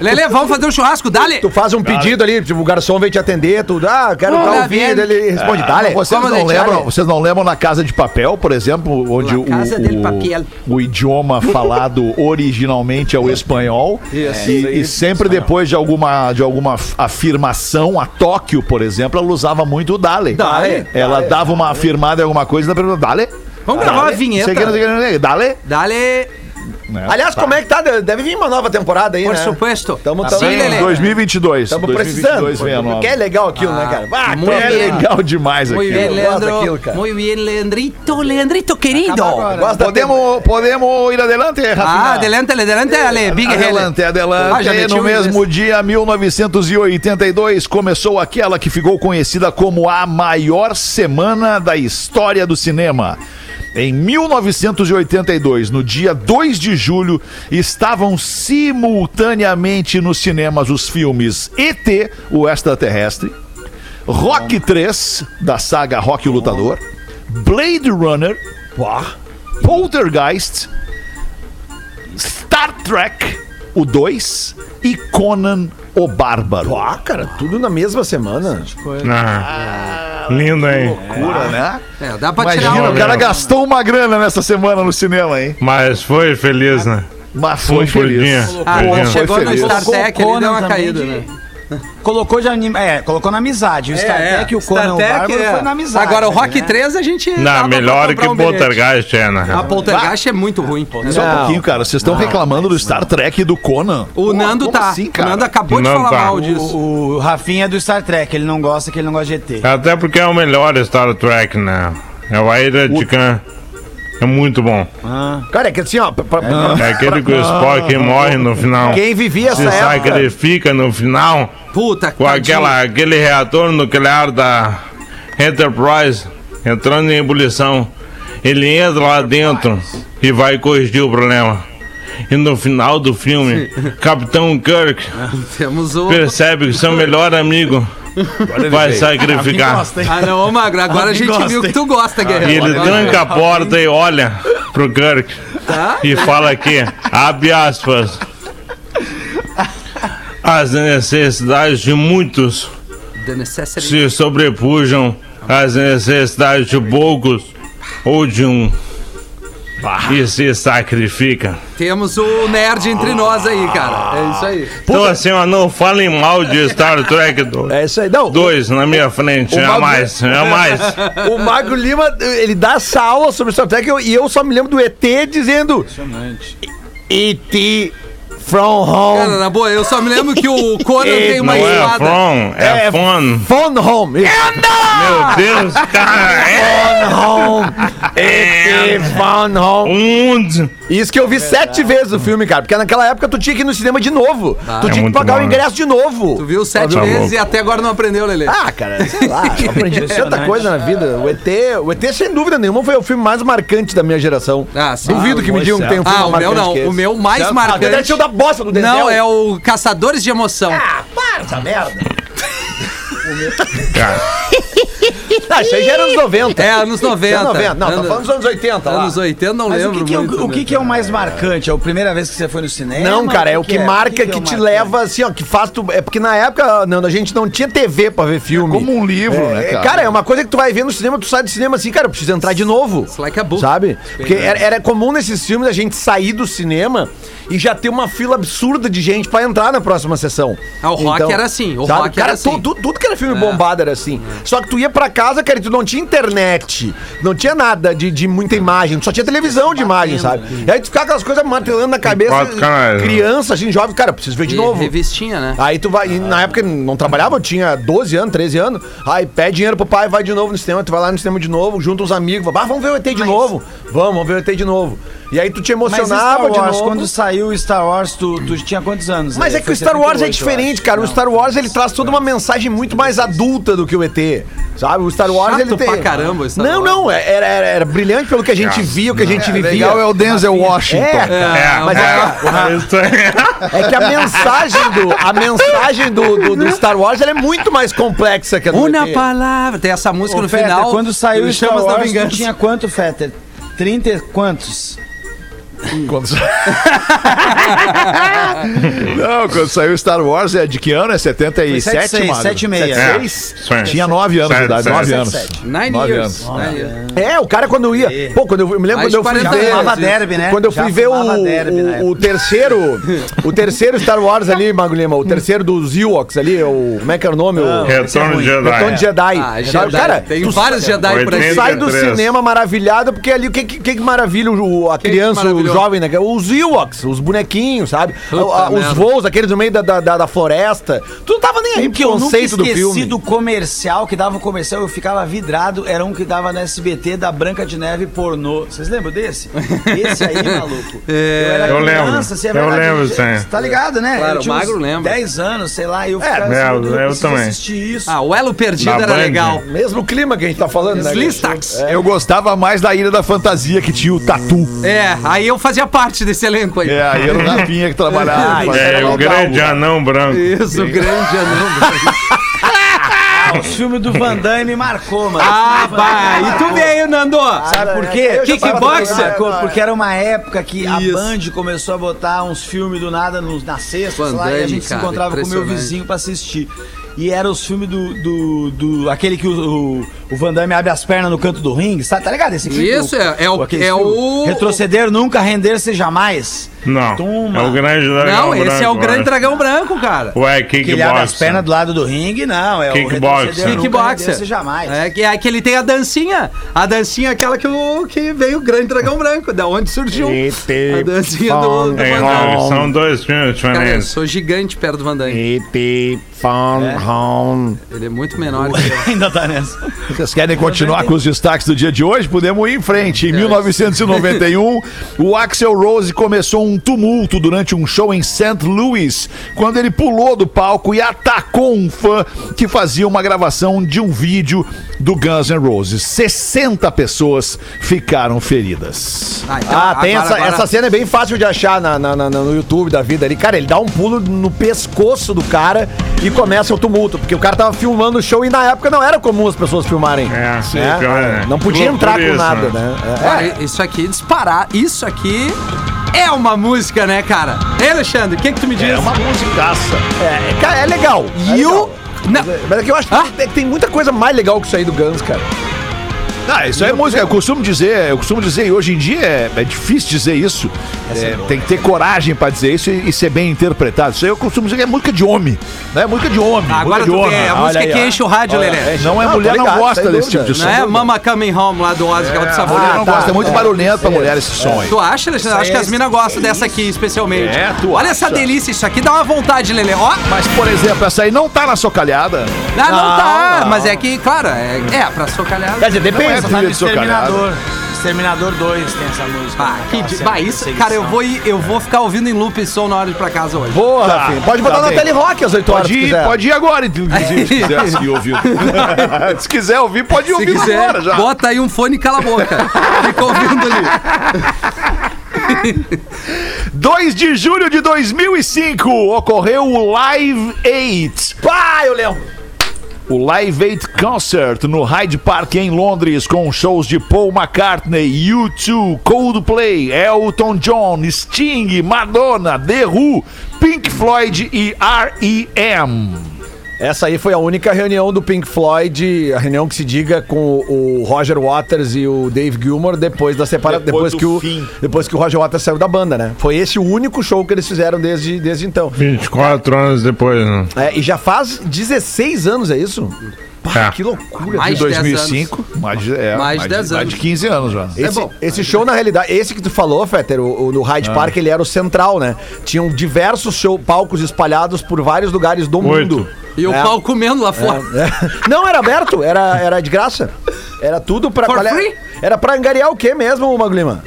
[SPEAKER 1] Lele, vamos fazer um churrasco, dale.
[SPEAKER 8] Tu faz um pedido ali, tipo, o garçom vem te atender, tu, ah, quero
[SPEAKER 1] Olha
[SPEAKER 8] tal vídeo,
[SPEAKER 1] bem.
[SPEAKER 8] ele responde, dale.
[SPEAKER 7] É. Vocês
[SPEAKER 1] Como
[SPEAKER 7] não,
[SPEAKER 1] deixar,
[SPEAKER 7] lembram,
[SPEAKER 1] né?
[SPEAKER 7] vocês não lembram na Casa de Papel, por exemplo, onde
[SPEAKER 1] La
[SPEAKER 7] o,
[SPEAKER 1] Casa del
[SPEAKER 7] o-
[SPEAKER 1] Papel.
[SPEAKER 7] o idioma falado
[SPEAKER 1] *laughs*
[SPEAKER 7] originalmente é o espanhol.
[SPEAKER 1] Isso.
[SPEAKER 7] E, e sempre depois de alguma, de alguma af- afirmação, a Tóquio, por exemplo, ela usava muito o Dale.
[SPEAKER 1] Dale.
[SPEAKER 7] Ela dava uma afirmada em alguma coisa, ela perguntava, Dale.
[SPEAKER 1] Vamos gravar uma
[SPEAKER 7] Não sei o
[SPEAKER 1] vinheta.
[SPEAKER 7] que, não sei o que, não sei o que, Dale.
[SPEAKER 1] Dale,
[SPEAKER 8] Aliás, como é que tá? Deve vir uma nova temporada aí,
[SPEAKER 1] por
[SPEAKER 8] né?
[SPEAKER 1] supuesto.
[SPEAKER 8] Tamo-
[SPEAKER 1] Sim,
[SPEAKER 8] tamo-
[SPEAKER 1] Lele.
[SPEAKER 7] 2022.
[SPEAKER 8] Estamos
[SPEAKER 7] 2022
[SPEAKER 8] precisando.
[SPEAKER 7] vem a nova.
[SPEAKER 8] Porque é legal aquilo, né, cara? Ah,
[SPEAKER 1] muito
[SPEAKER 8] é
[SPEAKER 1] bem.
[SPEAKER 8] legal.
[SPEAKER 7] Legal demais
[SPEAKER 1] Muito bem,
[SPEAKER 7] aqui.
[SPEAKER 8] Eu gosto daquilo,
[SPEAKER 1] Leandro.
[SPEAKER 8] cara.
[SPEAKER 1] Muito bem, Leandrito, Leandrito querido.
[SPEAKER 8] Gosto da
[SPEAKER 7] Podemos, podemos ir adelante, Rafinha?
[SPEAKER 1] Ah, adelante, adelante, dale, Big Hele.
[SPEAKER 7] Adelante,
[SPEAKER 1] Ah, já
[SPEAKER 7] adelante.
[SPEAKER 1] meti
[SPEAKER 7] no
[SPEAKER 1] um
[SPEAKER 7] mesmo
[SPEAKER 1] desse.
[SPEAKER 7] dia, 1982, começou aquela que ficou conhecida como a maior semana da história do cinema. Em 1982, no dia 2 de julho, estavam simultaneamente nos cinemas os filmes ET, o extraterrestre, Rock 3, da saga Rock o Lutador, Blade Runner, Poltergeist, Star Trek, o 2 e Conan o Bárbaro.
[SPEAKER 8] Ah, cara, tudo na mesma semana.
[SPEAKER 9] Ah, lindo, hein?
[SPEAKER 7] Loucura, né?
[SPEAKER 1] É, dá pra tirar
[SPEAKER 7] Imagina,
[SPEAKER 1] um.
[SPEAKER 7] o cara gastou uma grana nessa semana no cinema, hein?
[SPEAKER 9] Mas foi feliz, né?
[SPEAKER 7] Mas foi
[SPEAKER 9] Um por dia.
[SPEAKER 7] feliz.
[SPEAKER 1] Ah,
[SPEAKER 9] Por dia.
[SPEAKER 1] chegou
[SPEAKER 7] foi
[SPEAKER 1] no
[SPEAKER 7] feliz.
[SPEAKER 1] StarTech, ele deu uma
[SPEAKER 4] Conan
[SPEAKER 1] caída,
[SPEAKER 4] também
[SPEAKER 1] né? É,
[SPEAKER 4] Colocou, de anim... é, colocou na amizade. O Star Trek e o Conan o
[SPEAKER 1] StarTech,
[SPEAKER 4] Bárbaro
[SPEAKER 1] é.
[SPEAKER 4] foi na amizade.
[SPEAKER 1] Agora, o Rock
[SPEAKER 4] né?
[SPEAKER 1] 3 a gente... dava pra
[SPEAKER 9] Não, melhor
[SPEAKER 1] comprar
[SPEAKER 9] que
[SPEAKER 1] um bilhete.
[SPEAKER 9] Poltergeist é, né?
[SPEAKER 1] A Poltergeist é muito ruim.
[SPEAKER 7] Só um pouquinho, cara. Vocês estão reclamando do Star Trek e do Conan.
[SPEAKER 1] O
[SPEAKER 7] Pô,
[SPEAKER 1] Nando
[SPEAKER 7] como
[SPEAKER 1] tá.
[SPEAKER 7] Assim,
[SPEAKER 1] o
[SPEAKER 7] cara?
[SPEAKER 1] Nando acabou de
[SPEAKER 9] Não
[SPEAKER 1] falar
[SPEAKER 9] tá.
[SPEAKER 1] mal disso.
[SPEAKER 4] O, o Rafinha é do Star Trek, ele não gosta que ele não gosta de ET.
[SPEAKER 9] Até porque é o melhor Star Trek, né? É o Aira de Khan. É muito bom.
[SPEAKER 8] Cara, é que assim, ó. pra- pra- pra-
[SPEAKER 9] É aquele que o Spock morre no final.
[SPEAKER 8] Quem vivia essa
[SPEAKER 9] se
[SPEAKER 8] época.
[SPEAKER 9] sacrifica no final
[SPEAKER 1] Puta,
[SPEAKER 9] com aquela, aquele reator nuclear da Enterprise entrando em ebulição. Ele entra lá dentro e vai corrigir o problema. E no final do filme, Capitão Kirk
[SPEAKER 1] Temos o...
[SPEAKER 9] percebe que seu melhor amigo vai sacrificar.
[SPEAKER 1] Ah, não, ô, Magro, agora a gente viu que tu gosta,
[SPEAKER 9] E
[SPEAKER 1] Guerreiro.
[SPEAKER 9] Ah, ele
[SPEAKER 1] Agora-
[SPEAKER 9] tranca a porta e olha pro Kirk e fala aqui, abre aspas. As necessidades de muitos
[SPEAKER 1] é The necessary-
[SPEAKER 9] se sobrepujam às necessidades de poucos ou de um. E se sacrifica.
[SPEAKER 1] Temos o nerd entre nós aí, cara. É isso aí.
[SPEAKER 9] Então assim, ó, não falem mal de Star Trek
[SPEAKER 8] É isso aí. Não,
[SPEAKER 9] 2 na minha frente. é
[SPEAKER 8] o bagulho-
[SPEAKER 9] Jamais, jamais.
[SPEAKER 8] o Magro Lima, ele dá essa aula sobre Star Trek e eu- e eu só me lembro do ET dizendo. E.T. From
[SPEAKER 1] Cara,
[SPEAKER 8] home.
[SPEAKER 1] na boa, eu só me lembro que o Conan tem
[SPEAKER 9] Não
[SPEAKER 1] uma
[SPEAKER 9] é
[SPEAKER 1] espada.
[SPEAKER 9] from, é fun.
[SPEAKER 8] Phone home.
[SPEAKER 9] Meu Deus, cara. É.
[SPEAKER 8] home. E.T. Phone home.
[SPEAKER 9] Und
[SPEAKER 8] Isso que eu vi sete vezes o filme, cara. Porque naquela época tu tinha que ir no cinema de novo. tu
[SPEAKER 9] É
[SPEAKER 8] tinha que
[SPEAKER 9] muito
[SPEAKER 8] pagar
[SPEAKER 9] bom,
[SPEAKER 8] o
[SPEAKER 9] né?
[SPEAKER 8] ingresso de novo.
[SPEAKER 1] Tu viu sete
[SPEAKER 9] Tá
[SPEAKER 1] vezes
[SPEAKER 9] louco.
[SPEAKER 1] e até agora não aprendeu, Lelê.
[SPEAKER 8] Ah, cara,
[SPEAKER 1] *laughs*
[SPEAKER 8] sei lá, eu aprendi tanta coisa na vida. O ET, o ET, sem dúvida nenhuma, foi o filme mais marcante da minha geração.
[SPEAKER 1] Ah, sim.
[SPEAKER 8] Duvido
[SPEAKER 1] Ah,
[SPEAKER 8] que me digam que tem um filme
[SPEAKER 1] Ah,
[SPEAKER 8] mais
[SPEAKER 1] o meu
[SPEAKER 8] marcante
[SPEAKER 1] não.
[SPEAKER 8] que
[SPEAKER 1] O
[SPEAKER 8] esse.
[SPEAKER 1] meu mais
[SPEAKER 8] Ah,
[SPEAKER 1] marcante.
[SPEAKER 8] deve ser o da bosta do Denzel.
[SPEAKER 1] Não, é o Caçadores de Emoção.
[SPEAKER 8] Ah, isso aí já era anos 90.
[SPEAKER 1] É, anos 90.
[SPEAKER 8] Anos 90. Não, tá
[SPEAKER 1] Anos-
[SPEAKER 8] falando dos anos 80 lá.
[SPEAKER 1] Anos 80, não
[SPEAKER 4] Mas o
[SPEAKER 1] lembro
[SPEAKER 4] que, que, é, o-
[SPEAKER 1] muito.
[SPEAKER 4] o que, que é o mais marcante? É a primeira vez que você foi no cinema?
[SPEAKER 8] Não, cara, é o que marca, que,
[SPEAKER 4] é o
[SPEAKER 8] te
[SPEAKER 4] marcante?
[SPEAKER 8] leva, assim, ó, que faz tu... É porque na época, Nando, a gente não tinha TV pra ver filme.
[SPEAKER 7] Como um livro, né,
[SPEAKER 8] É,
[SPEAKER 7] cara?
[SPEAKER 8] cara, é uma coisa que tu vai ver no cinema, tu sai do cinema assim, cara, eu preciso entrar de novo.
[SPEAKER 1] It's like a book.
[SPEAKER 8] Sabe? Porque
[SPEAKER 1] né?
[SPEAKER 8] era, era comum nesses filmes a gente sair do cinema e já ter uma fila absurda de gente pra entrar na próxima sessão. Então,
[SPEAKER 1] Ah, o rock era assim, o rock
[SPEAKER 8] cara,
[SPEAKER 1] era assim. É.
[SPEAKER 8] tu- tu- tudo que era filme bombado era assim. Só que tu ia pra casa, cara, e tu não tinha internet, não tinha nada de, de muita imagem, tu só tinha televisão de imagem, sabe? E aí tu ficava aquelas coisas martelando na cabeça,
[SPEAKER 9] quatro canais, né?
[SPEAKER 8] criança, gente jovem, cara, eu preciso ver de
[SPEAKER 1] E
[SPEAKER 8] novo.
[SPEAKER 1] Revistinha, né?
[SPEAKER 8] Aí tu vai, e na época não trabalhava, eu tinha 12 anos, 13 anos. Aí pede dinheiro pro pai, vai de novo no cinema, tu vai lá no cinema de novo, junta os amigos, fala, ah, vamos ver o ET de novo. Vamos, vamos ver o ET de novo. E aí tu te
[SPEAKER 4] Mas
[SPEAKER 8] emocionava
[SPEAKER 4] Star
[SPEAKER 8] de
[SPEAKER 4] Wars,
[SPEAKER 8] novo.
[SPEAKER 4] quando saiu o Star Wars, tu, tu tinha quantos anos?
[SPEAKER 8] Mas
[SPEAKER 4] né?
[SPEAKER 8] é que
[SPEAKER 4] Foi
[SPEAKER 8] o Star Wars é
[SPEAKER 4] 78,
[SPEAKER 8] diferente,
[SPEAKER 4] eu
[SPEAKER 8] cara. O
[SPEAKER 4] acho.
[SPEAKER 8] Star Wars ele traz toda uma mensagem muito mais adulta do que o ET. Sabe? O Star Wars
[SPEAKER 1] Chato
[SPEAKER 8] ele tem.
[SPEAKER 1] pra caramba o Star
[SPEAKER 8] não,
[SPEAKER 1] Wars.
[SPEAKER 8] não, é, era, era, era brilhante pelo que a gente via, o que a gente vivia.
[SPEAKER 2] legal é o Denzel
[SPEAKER 8] É,
[SPEAKER 2] Washington.
[SPEAKER 8] cara.
[SPEAKER 9] é,
[SPEAKER 8] mas
[SPEAKER 9] é, *laughs* isso aí.
[SPEAKER 8] É que a mensagem do, a mensagem do, do- do Star Wars ela é muito mais complexa que a do
[SPEAKER 1] Una
[SPEAKER 8] ET.
[SPEAKER 1] palavra. Tem essa música
[SPEAKER 4] Ô,
[SPEAKER 1] no
[SPEAKER 4] Fetter,
[SPEAKER 1] final.
[SPEAKER 4] quando saiu o
[SPEAKER 1] Chamas
[SPEAKER 4] Star
[SPEAKER 1] da
[SPEAKER 4] Wars, tu
[SPEAKER 1] Vingança.
[SPEAKER 4] tinha quanto, Fetter? 30 e quantos?
[SPEAKER 7] Não, quando saiu Star Wars é de que ano? É 77,
[SPEAKER 4] 76,
[SPEAKER 7] mano?
[SPEAKER 4] 76.
[SPEAKER 9] É,
[SPEAKER 7] 76?
[SPEAKER 9] isso aí.
[SPEAKER 7] Tinha 9 anos de
[SPEAKER 9] Sete,
[SPEAKER 7] idade,
[SPEAKER 9] sete,
[SPEAKER 7] 9
[SPEAKER 9] sete,
[SPEAKER 7] anos.
[SPEAKER 4] sete.
[SPEAKER 1] Nine
[SPEAKER 7] Nove
[SPEAKER 1] years. Nine years.
[SPEAKER 8] É, o cara quando ia. Pô, quando eu, eu me lembro
[SPEAKER 1] Mais
[SPEAKER 8] quando eu fui
[SPEAKER 1] de 40
[SPEAKER 8] ver.
[SPEAKER 1] anos. Ah,
[SPEAKER 4] Fumava derby, né?
[SPEAKER 8] Quando eu
[SPEAKER 4] Já
[SPEAKER 8] fui ver
[SPEAKER 4] fumava
[SPEAKER 8] o,
[SPEAKER 4] derby na
[SPEAKER 8] o- o terceiro. o terceiro Star Wars ali, Mago Lima, o terceiro dos Ewoks ali, o. Como é que era o nome? O
[SPEAKER 9] Retorno de Jedi.
[SPEAKER 8] Retorno de Jedi.
[SPEAKER 1] Ah,
[SPEAKER 8] Sabe,
[SPEAKER 1] Jedi.
[SPEAKER 8] Cara,
[SPEAKER 1] tem
[SPEAKER 8] tu
[SPEAKER 1] vários Jedi por aí.
[SPEAKER 8] sai do
[SPEAKER 9] 83.
[SPEAKER 8] cinema maravilhado, porque ali o que, que, que que maravilha o, a
[SPEAKER 1] que
[SPEAKER 8] criança,
[SPEAKER 1] maravilhou
[SPEAKER 8] jovem, né? que é Os Ewoks, os bonequinhos, sabe?
[SPEAKER 1] Puta
[SPEAKER 8] Ah, ah, os
[SPEAKER 1] merda.
[SPEAKER 8] voos, aqueles no meio da, da, da- da floresta. Tu não tava nem aí
[SPEAKER 4] Um que
[SPEAKER 8] pro
[SPEAKER 4] eu nunca
[SPEAKER 8] conceito do
[SPEAKER 4] esqueci
[SPEAKER 8] filme.
[SPEAKER 4] do comercial, que dava o comercial, eu ficava vidrado, era um que dava na SBT da Branca de Neve pornô. Vocês lembram desse?
[SPEAKER 1] *laughs*
[SPEAKER 4] Esse aí, maluco.
[SPEAKER 1] É,
[SPEAKER 4] era
[SPEAKER 9] eu lembro.
[SPEAKER 4] assim, é
[SPEAKER 9] Eu
[SPEAKER 4] verdade.
[SPEAKER 9] lembro,
[SPEAKER 4] Você
[SPEAKER 9] sim.
[SPEAKER 4] tá ligado, né?
[SPEAKER 1] Claro,
[SPEAKER 4] eu tinha
[SPEAKER 1] o Magro
[SPEAKER 4] uns
[SPEAKER 1] lembra.
[SPEAKER 4] 10 anos, sei lá, e eu ficava assim,
[SPEAKER 9] lembro,
[SPEAKER 4] meu Deus,
[SPEAKER 9] é, eu
[SPEAKER 4] preciso
[SPEAKER 9] também.
[SPEAKER 4] assistir isso.
[SPEAKER 1] Ah, o Elo Perdido
[SPEAKER 9] Na
[SPEAKER 1] era
[SPEAKER 9] Band.
[SPEAKER 1] legal.
[SPEAKER 8] Mesmo clima que a gente tá falando, né?
[SPEAKER 1] Slistax.
[SPEAKER 7] Eu gostava mais da Ilha da Fantasia, que tinha o Tatu.
[SPEAKER 1] É, aí eu fazia parte desse elenco aí.
[SPEAKER 7] É, aí
[SPEAKER 9] *laughs*
[SPEAKER 7] era o Rafinha que trabalhava.
[SPEAKER 9] É, o grande anão branco.
[SPEAKER 1] Isso,
[SPEAKER 9] *laughs*
[SPEAKER 1] grande anão.
[SPEAKER 4] Ah, os
[SPEAKER 1] *laughs*
[SPEAKER 4] filmes do Van Damme me marcou, mano.
[SPEAKER 1] Ah, pá. E tu veio, Nando?
[SPEAKER 4] Sabe por quê?
[SPEAKER 8] É, Eu já tava
[SPEAKER 1] Kickboxer?
[SPEAKER 8] no programa,
[SPEAKER 4] Marcou, Porque era uma época que
[SPEAKER 1] Isso.
[SPEAKER 4] a Band começou a botar uns filmes do nada nos, na sexta,
[SPEAKER 1] Van
[SPEAKER 4] sei lá, e a
[SPEAKER 1] Damme,
[SPEAKER 4] gente
[SPEAKER 1] cara,
[SPEAKER 4] se encontrava com o meu
[SPEAKER 1] impressionante.
[SPEAKER 4] vizinho pra assistir. E era os filmes do, do, do- Aquele que o, o, o Van Damme abre as pernas no canto do ringue, sabe? Tá ligado? Esse filme?
[SPEAKER 1] Isso, é- é o-
[SPEAKER 4] aquele
[SPEAKER 1] é
[SPEAKER 4] filme.
[SPEAKER 1] o-
[SPEAKER 4] Retroceder nunca, render-se jamais.
[SPEAKER 9] Não.
[SPEAKER 4] Toma.
[SPEAKER 9] É o grande dragão.
[SPEAKER 1] Não, esse é o
[SPEAKER 9] branco, né?
[SPEAKER 1] grande
[SPEAKER 9] eu
[SPEAKER 1] dragão branco, cara.
[SPEAKER 9] acho. Ué,
[SPEAKER 4] Que ele abre as
[SPEAKER 9] kickboxer.
[SPEAKER 4] pernas do lado do ringue, não. É
[SPEAKER 9] Kickboxer.
[SPEAKER 4] o retroceder nunca,
[SPEAKER 1] Kickboxer.
[SPEAKER 4] render-se jamais.
[SPEAKER 1] É que, é que ele tem a dancinha. A dancinha é aquela que, o, que veio o grande dragão branco, da onde surgiu. A dancinha do, do
[SPEAKER 9] Tem,
[SPEAKER 1] Van Damme.
[SPEAKER 9] não, são dois filmes
[SPEAKER 1] Cara, Então, eu
[SPEAKER 9] diferentes.
[SPEAKER 1] sou gigante perto do Van Damme. Ele é muito menor que eu.
[SPEAKER 4] *laughs* Ainda tá nessa.
[SPEAKER 7] Vocês querem continuar com os destaques do dia de hoje? Podemos ir em frente. Em 1991, o Axel Rose começou um tumulto durante um show em St. Louis, quando ele pulou do palco e atacou um fã que fazia uma gravação de um vídeo do Guns N' Roses. 60 pessoas ficaram feridas.
[SPEAKER 1] Ah, então,
[SPEAKER 8] Ah, tem
[SPEAKER 1] agora-
[SPEAKER 8] essa,
[SPEAKER 1] agora-
[SPEAKER 8] essa cena é bem fácil de achar na, na- na- na- no YouTube da vida ali. Cara, ele dá um pulo no pescoço do cara e começa o tumulto, porque o cara tava filmando o show e na época não era comum as pessoas filmarem.
[SPEAKER 9] É, sim,
[SPEAKER 8] né?
[SPEAKER 9] pior, né?
[SPEAKER 8] Não podia
[SPEAKER 9] Por-
[SPEAKER 8] entrar
[SPEAKER 9] por
[SPEAKER 8] com
[SPEAKER 9] isso,
[SPEAKER 8] nada,
[SPEAKER 9] né?
[SPEAKER 8] né? É,
[SPEAKER 1] Cara, Isso aqui, disparar, isso aqui é uma música, né, cara? Hein, Alexandre, o que, que tu me diz?
[SPEAKER 7] É musicaça.
[SPEAKER 8] é, é, cara, é legal. é
[SPEAKER 1] You...
[SPEAKER 8] legal.
[SPEAKER 1] Não.
[SPEAKER 8] Mas é que eu acho que
[SPEAKER 1] Ah?
[SPEAKER 8] tem, tem muita coisa mais legal que isso aí do Guns, cara.
[SPEAKER 7] Ah, isso aí é música. Eu costumo dizer, eu costumo dizer, e hoje em dia é, é difícil dizer isso. É, tem que ter coragem pra dizer isso e, e ser bem interpretado. Isso aí eu costumo dizer que é música de homem. Né? Música de homem.
[SPEAKER 1] Ah, Agora
[SPEAKER 7] música de
[SPEAKER 1] tu
[SPEAKER 7] homem.
[SPEAKER 1] vê, a música é que enche o rádio, Lelê.
[SPEAKER 7] Não é
[SPEAKER 8] Não, tô
[SPEAKER 7] mulher,
[SPEAKER 8] Ah, tá ligado,
[SPEAKER 7] não gosta
[SPEAKER 8] sem
[SPEAKER 7] desse
[SPEAKER 8] dúvida.
[SPEAKER 7] tipo de som.
[SPEAKER 1] Não é Mama Coming Home lá do Ozzy, aquela do sabor.
[SPEAKER 7] Mulher não
[SPEAKER 8] tá,
[SPEAKER 7] gosta, é muito
[SPEAKER 8] é,
[SPEAKER 7] barulhento pra mulher esse som aí.
[SPEAKER 1] Tu acha, Alexandre? Acho que as minas gostam dessa aqui, especialmente.
[SPEAKER 7] É, tu
[SPEAKER 1] Olha
[SPEAKER 7] acha?
[SPEAKER 1] essa delícia, isso aqui dá uma vontade, Lelê. Ó,
[SPEAKER 7] Mas, por exemplo, essa aí não tá na socalhada.
[SPEAKER 1] não, não tá, mas é que, claro, é, é pra socalhar.
[SPEAKER 8] Quer dizer,
[SPEAKER 7] Não é
[SPEAKER 8] depende.
[SPEAKER 7] trilha de socalhada.
[SPEAKER 4] tá Exterminador. Exterminador 2 tem essa música.
[SPEAKER 1] Ah, que
[SPEAKER 4] Aquela
[SPEAKER 1] di-
[SPEAKER 4] cena
[SPEAKER 1] bah,
[SPEAKER 4] de
[SPEAKER 1] isso,
[SPEAKER 4] perseguição.
[SPEAKER 1] cara, eu vou, ir- eu vou ficar ouvindo em loop esse som na hora de ir pra casa hoje.
[SPEAKER 8] Boa,
[SPEAKER 7] Tá,
[SPEAKER 8] Rafinha. Pode
[SPEAKER 7] tá
[SPEAKER 8] botar na
[SPEAKER 7] bem.
[SPEAKER 8] Telerock às 8 horas.
[SPEAKER 7] Pode
[SPEAKER 8] se
[SPEAKER 7] ir,
[SPEAKER 8] quiser.
[SPEAKER 7] pode ir agora, inclusive, se quiser assim, ouvir. *laughs* se quiser ouvir, pode
[SPEAKER 1] Se
[SPEAKER 7] ouvir agora
[SPEAKER 1] quiser,
[SPEAKER 7] já.
[SPEAKER 1] bota aí um fone e cala a boca. Fica ouvindo ali.
[SPEAKER 7] 2 de julho de 2005 ocorreu o Live 8.
[SPEAKER 8] Pá, eu lembro.
[SPEAKER 7] O Live 8 Concert no Hyde Park em Londres com shows de Paul McCartney, U2, Coldplay, Elton John, Sting, Madonna, The Who, Pink Floyd e R.E.M.
[SPEAKER 8] Essa aí foi a única reunião do Pink Floyd, a reunião que se diga com o o Roger Waters e o Dave Gilmour depois da separação, depois,
[SPEAKER 7] Depois do
[SPEAKER 8] que o
[SPEAKER 7] fim.
[SPEAKER 8] depois que o Roger Waters saiu da banda, né? Foi esse o único show que eles fizeram desde, desde então.
[SPEAKER 9] 24 anos depois, né?
[SPEAKER 8] É, e já faz 16 anos, é isso? Pá,
[SPEAKER 9] É.
[SPEAKER 8] que loucura.
[SPEAKER 1] Mais
[SPEAKER 7] De
[SPEAKER 1] de 10 anos.
[SPEAKER 7] 2005, mais de, é,
[SPEAKER 1] Mais de 10
[SPEAKER 7] mais de
[SPEAKER 1] anos.
[SPEAKER 7] 15 anos já.
[SPEAKER 8] Esse, esse show, na realidade, esse que tu falou, Fetter, o, o- no
[SPEAKER 9] Ah.
[SPEAKER 8] Hyde Park, ele era o central, né? Tinham diversos show, palcos espalhados por vários lugares do
[SPEAKER 9] Oito.
[SPEAKER 8] mundo.
[SPEAKER 1] E o
[SPEAKER 8] É.
[SPEAKER 1] pau comendo lá fora.
[SPEAKER 8] É. Não, era aberto, era, era de graça. Era tudo pra.
[SPEAKER 1] For
[SPEAKER 8] qual é-
[SPEAKER 1] free?
[SPEAKER 8] Era pra angariar o quê mesmo, Maglima?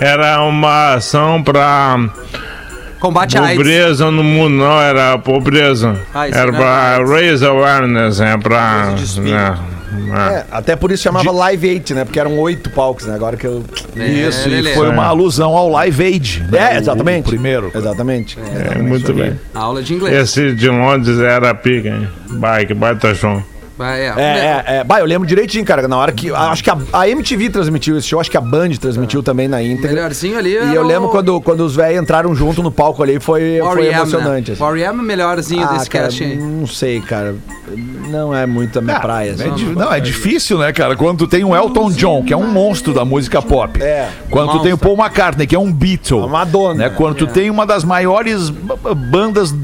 [SPEAKER 9] Era uma ação pra
[SPEAKER 1] Combate a AIDS.
[SPEAKER 9] pobreza no mundo, não era pobreza.
[SPEAKER 1] Ah, isso
[SPEAKER 9] era
[SPEAKER 1] não
[SPEAKER 9] pra
[SPEAKER 1] era AIDS.
[SPEAKER 9] raise awareness, é pra. né,
[SPEAKER 8] É, até por isso chamava Live 8, né? Porque eram oito palcos, né? Agora que eu.
[SPEAKER 7] Isso, e
[SPEAKER 1] Lelê.
[SPEAKER 7] foi uma alusão ao Live Aid. né?
[SPEAKER 8] É, exatamente.
[SPEAKER 7] O primeiro.
[SPEAKER 8] Exatamente.
[SPEAKER 9] é, muito bem.
[SPEAKER 1] Aula de inglês.
[SPEAKER 9] Esse de Londres era pica, hein? Vai, que baita show.
[SPEAKER 1] Ah, é.
[SPEAKER 8] É, é, é. Bah, eu lembro direitinho, cara. Na hora que. Acho que a, a MTV transmitiu esse show, acho que a Band transmitiu também na íntegra.
[SPEAKER 1] Melhorzinho ali.
[SPEAKER 8] E eu lembro quando, quando os velhos entraram junto no palco ali, foi, foi
[SPEAKER 1] né? emocionante.
[SPEAKER 8] emocionante. assim.
[SPEAKER 1] O R.E.M. é melhorzinho
[SPEAKER 8] Ah,
[SPEAKER 1] desse
[SPEAKER 8] cara,
[SPEAKER 1] cast, hein?
[SPEAKER 8] não sei, cara. Não é muito a minha praia.
[SPEAKER 7] É
[SPEAKER 8] assim.
[SPEAKER 7] di- não, é difícil, né, cara? Quando tu tem o Elton John, que é um monstro da música pop.
[SPEAKER 8] É.
[SPEAKER 7] Quando tu tem o Paul McCartney, que é um Beatle.
[SPEAKER 8] A Madonna.
[SPEAKER 7] Né?
[SPEAKER 1] É.
[SPEAKER 7] Quando tu tem uma das maiores b- b- bandas d-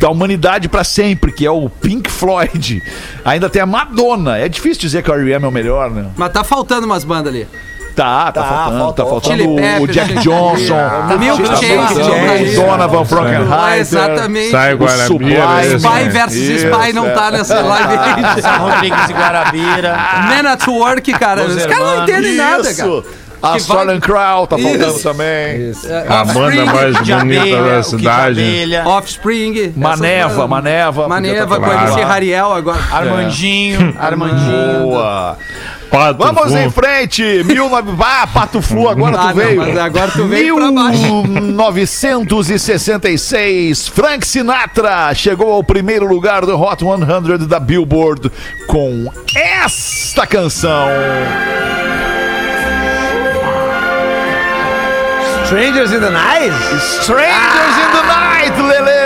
[SPEAKER 7] da humanidade pra sempre, que é o Pink Floyd. Ainda tem a Madonna. É difícil dizer que o R.E.M. é o melhor, né?
[SPEAKER 1] Mas tá faltando umas bandas ali.
[SPEAKER 7] Tá, tá,
[SPEAKER 8] Tá,
[SPEAKER 7] faltando.
[SPEAKER 8] falta-
[SPEAKER 7] tá faltando
[SPEAKER 1] Chili
[SPEAKER 7] o
[SPEAKER 1] Peppers,
[SPEAKER 7] Jack
[SPEAKER 1] gente.
[SPEAKER 7] Johnson.
[SPEAKER 1] Tá milkshake,
[SPEAKER 7] Tá faltando
[SPEAKER 1] milkshake.
[SPEAKER 7] o Donovan
[SPEAKER 1] Ah,
[SPEAKER 7] Frankenheimer.
[SPEAKER 1] exatamente.
[SPEAKER 9] Sai Guarabira.
[SPEAKER 7] Sublime.
[SPEAKER 9] esse-
[SPEAKER 1] Spy versus
[SPEAKER 7] Isso,
[SPEAKER 1] Spy não tá
[SPEAKER 7] é.
[SPEAKER 1] nessa live.
[SPEAKER 4] *laughs* São Rodrigues e
[SPEAKER 7] *laughs*
[SPEAKER 4] Guarabira.
[SPEAKER 1] Man at Work, cara.
[SPEAKER 4] Los
[SPEAKER 1] Os caras não
[SPEAKER 4] Hermanos.
[SPEAKER 1] entendem nada, cara. É,
[SPEAKER 7] Isso. A
[SPEAKER 1] Que
[SPEAKER 7] Soren
[SPEAKER 1] vai-
[SPEAKER 7] Crow tá faltando
[SPEAKER 1] Isso.
[SPEAKER 7] também.
[SPEAKER 9] A banda mais
[SPEAKER 4] de
[SPEAKER 9] bonita
[SPEAKER 4] abelha,
[SPEAKER 9] da
[SPEAKER 4] o Kid
[SPEAKER 9] cidade.
[SPEAKER 8] É.
[SPEAKER 4] Abelha,
[SPEAKER 1] Offspring. essas
[SPEAKER 7] Maneva,
[SPEAKER 1] bandas.
[SPEAKER 7] Maneva.
[SPEAKER 1] Maneva com
[SPEAKER 7] podia
[SPEAKER 1] o
[SPEAKER 7] tá
[SPEAKER 1] MC
[SPEAKER 7] falando.
[SPEAKER 1] Rariel agora.
[SPEAKER 8] *laughs*
[SPEAKER 4] Armandinho, Armandinho.
[SPEAKER 7] tá Boa.
[SPEAKER 9] Pato
[SPEAKER 7] Vamos
[SPEAKER 9] Fu.
[SPEAKER 7] em frente. Mil... Ah, Pato Flu, agora
[SPEAKER 1] Ah,
[SPEAKER 7] tu
[SPEAKER 1] não,
[SPEAKER 7] veio.
[SPEAKER 1] mas agora tu veio pra baixo.
[SPEAKER 7] 1966, Frank Sinatra chegou ao primeiro lugar do Hot 100 da Billboard com esta canção.
[SPEAKER 8] Strangers in the Night?
[SPEAKER 7] Strangers in the Night, Lele!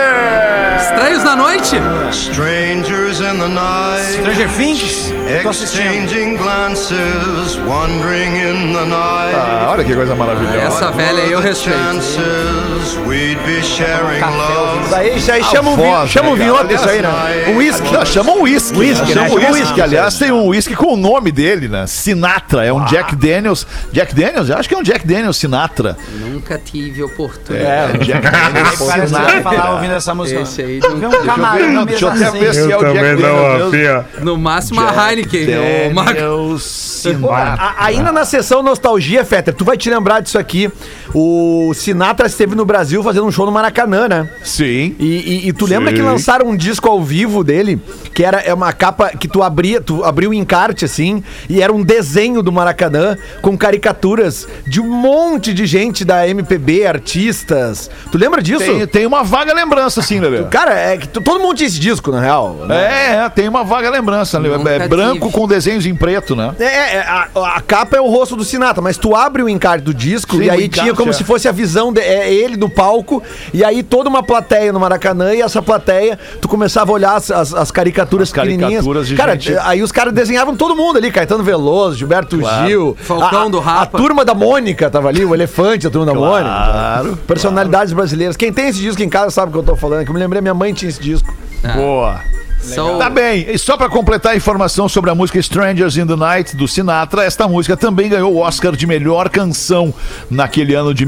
[SPEAKER 1] Estranhos na noite?
[SPEAKER 6] Strangers in the night,
[SPEAKER 4] Stranger Things? Tô assistindo.
[SPEAKER 6] glances, wandering in the night.
[SPEAKER 7] Ah, olha que coisa maravilhosa.
[SPEAKER 1] Essa velha aí eu respeito.
[SPEAKER 6] Chances we'd be sharing love.
[SPEAKER 8] Daí, isso aí
[SPEAKER 7] A
[SPEAKER 8] chama o vinho,
[SPEAKER 7] voz,
[SPEAKER 8] chama o
[SPEAKER 7] né,
[SPEAKER 8] vinho,
[SPEAKER 7] cara? é,
[SPEAKER 8] isso aí, né?
[SPEAKER 7] O uísque. Não, Chama o uísque.
[SPEAKER 8] Whisky,
[SPEAKER 7] Chama
[SPEAKER 8] né?
[SPEAKER 7] o
[SPEAKER 8] Chama
[SPEAKER 7] uísque.
[SPEAKER 8] whisky.
[SPEAKER 7] Aliás, tem um uísque com o nome dele, né? Sinatra. É um Jack Daniels. Jack Daniels? Eu acho que é um Jack Daniels Sinatra.
[SPEAKER 1] Nunca tive oportunidade.
[SPEAKER 7] É, um Jack Daniels
[SPEAKER 4] Ah, Parece que vai falar ouvindo
[SPEAKER 7] Sinatra.
[SPEAKER 4] essa música.
[SPEAKER 1] Esse aí
[SPEAKER 4] Vê um camarão na
[SPEAKER 7] Deixa eu
[SPEAKER 4] mesa assim.
[SPEAKER 7] até ver
[SPEAKER 4] sem.
[SPEAKER 7] se é
[SPEAKER 9] Eu
[SPEAKER 7] o
[SPEAKER 9] também
[SPEAKER 7] Jack
[SPEAKER 9] não
[SPEAKER 7] Daniels.
[SPEAKER 9] afia.
[SPEAKER 1] No máximo a Heineken. o Marco.
[SPEAKER 7] Daniels
[SPEAKER 8] Pô,
[SPEAKER 7] Sinatra.
[SPEAKER 8] a- ainda na sessão nostalgia, Fetter, tu vai te lembrar disso aqui. O Sinatra esteve no Brasil fazendo um show no Maracanã, né?
[SPEAKER 7] Sim.
[SPEAKER 8] E, e- e tu lembra que lançaram um disco ao vivo dele, que era é uma capa que tu abria, tu abria o encarte assim, e era um desenho do Maracanã com caricaturas de um monte de gente da MPB, artistas. Tu lembra disso?
[SPEAKER 7] Tem, tem uma vaga lembrança, sim, Lelê.
[SPEAKER 8] Cara, é que tu- todo mundo tinha esse disco, na real. né?
[SPEAKER 7] É, é, tem uma vaga lembrança. Lelê.
[SPEAKER 1] Nunca
[SPEAKER 7] É branco
[SPEAKER 1] tive.
[SPEAKER 7] com desenhos em preto, né?
[SPEAKER 8] É, é, é, a, a capa é o rosto do Sinatra, mas tu abre o encarte do disco
[SPEAKER 7] Sim,
[SPEAKER 8] e
[SPEAKER 7] o
[SPEAKER 8] aí
[SPEAKER 7] encarte,
[SPEAKER 8] tinha como
[SPEAKER 7] é.
[SPEAKER 8] se fosse a visão de é, ele no palco e aí toda uma plateia no Maracanã e essa plateia tu começava a olhar as, as- as caricaturas
[SPEAKER 7] As caricaturas
[SPEAKER 8] pequenininhas.
[SPEAKER 7] de
[SPEAKER 8] cara,
[SPEAKER 7] gente-
[SPEAKER 8] eh, aí os caras desenhavam todo mundo ali, Caetano Veloso, Gilberto Gil,
[SPEAKER 1] Falcão
[SPEAKER 8] a,
[SPEAKER 1] do Rapa.
[SPEAKER 8] a turma da Mônica tava ali, o elefante, a turma da Mônica. Personalidades brasileiras. Quem tem esse disco em casa sabe o que eu tô falando, que eu me lembrei minha mãe tinha esse disco.
[SPEAKER 7] Boa.
[SPEAKER 1] Só o-
[SPEAKER 7] Tá bem, e só pra completar a informação sobre a música Strangers in the Night do Sinatra, esta música também ganhou o Oscar de melhor canção naquele ano de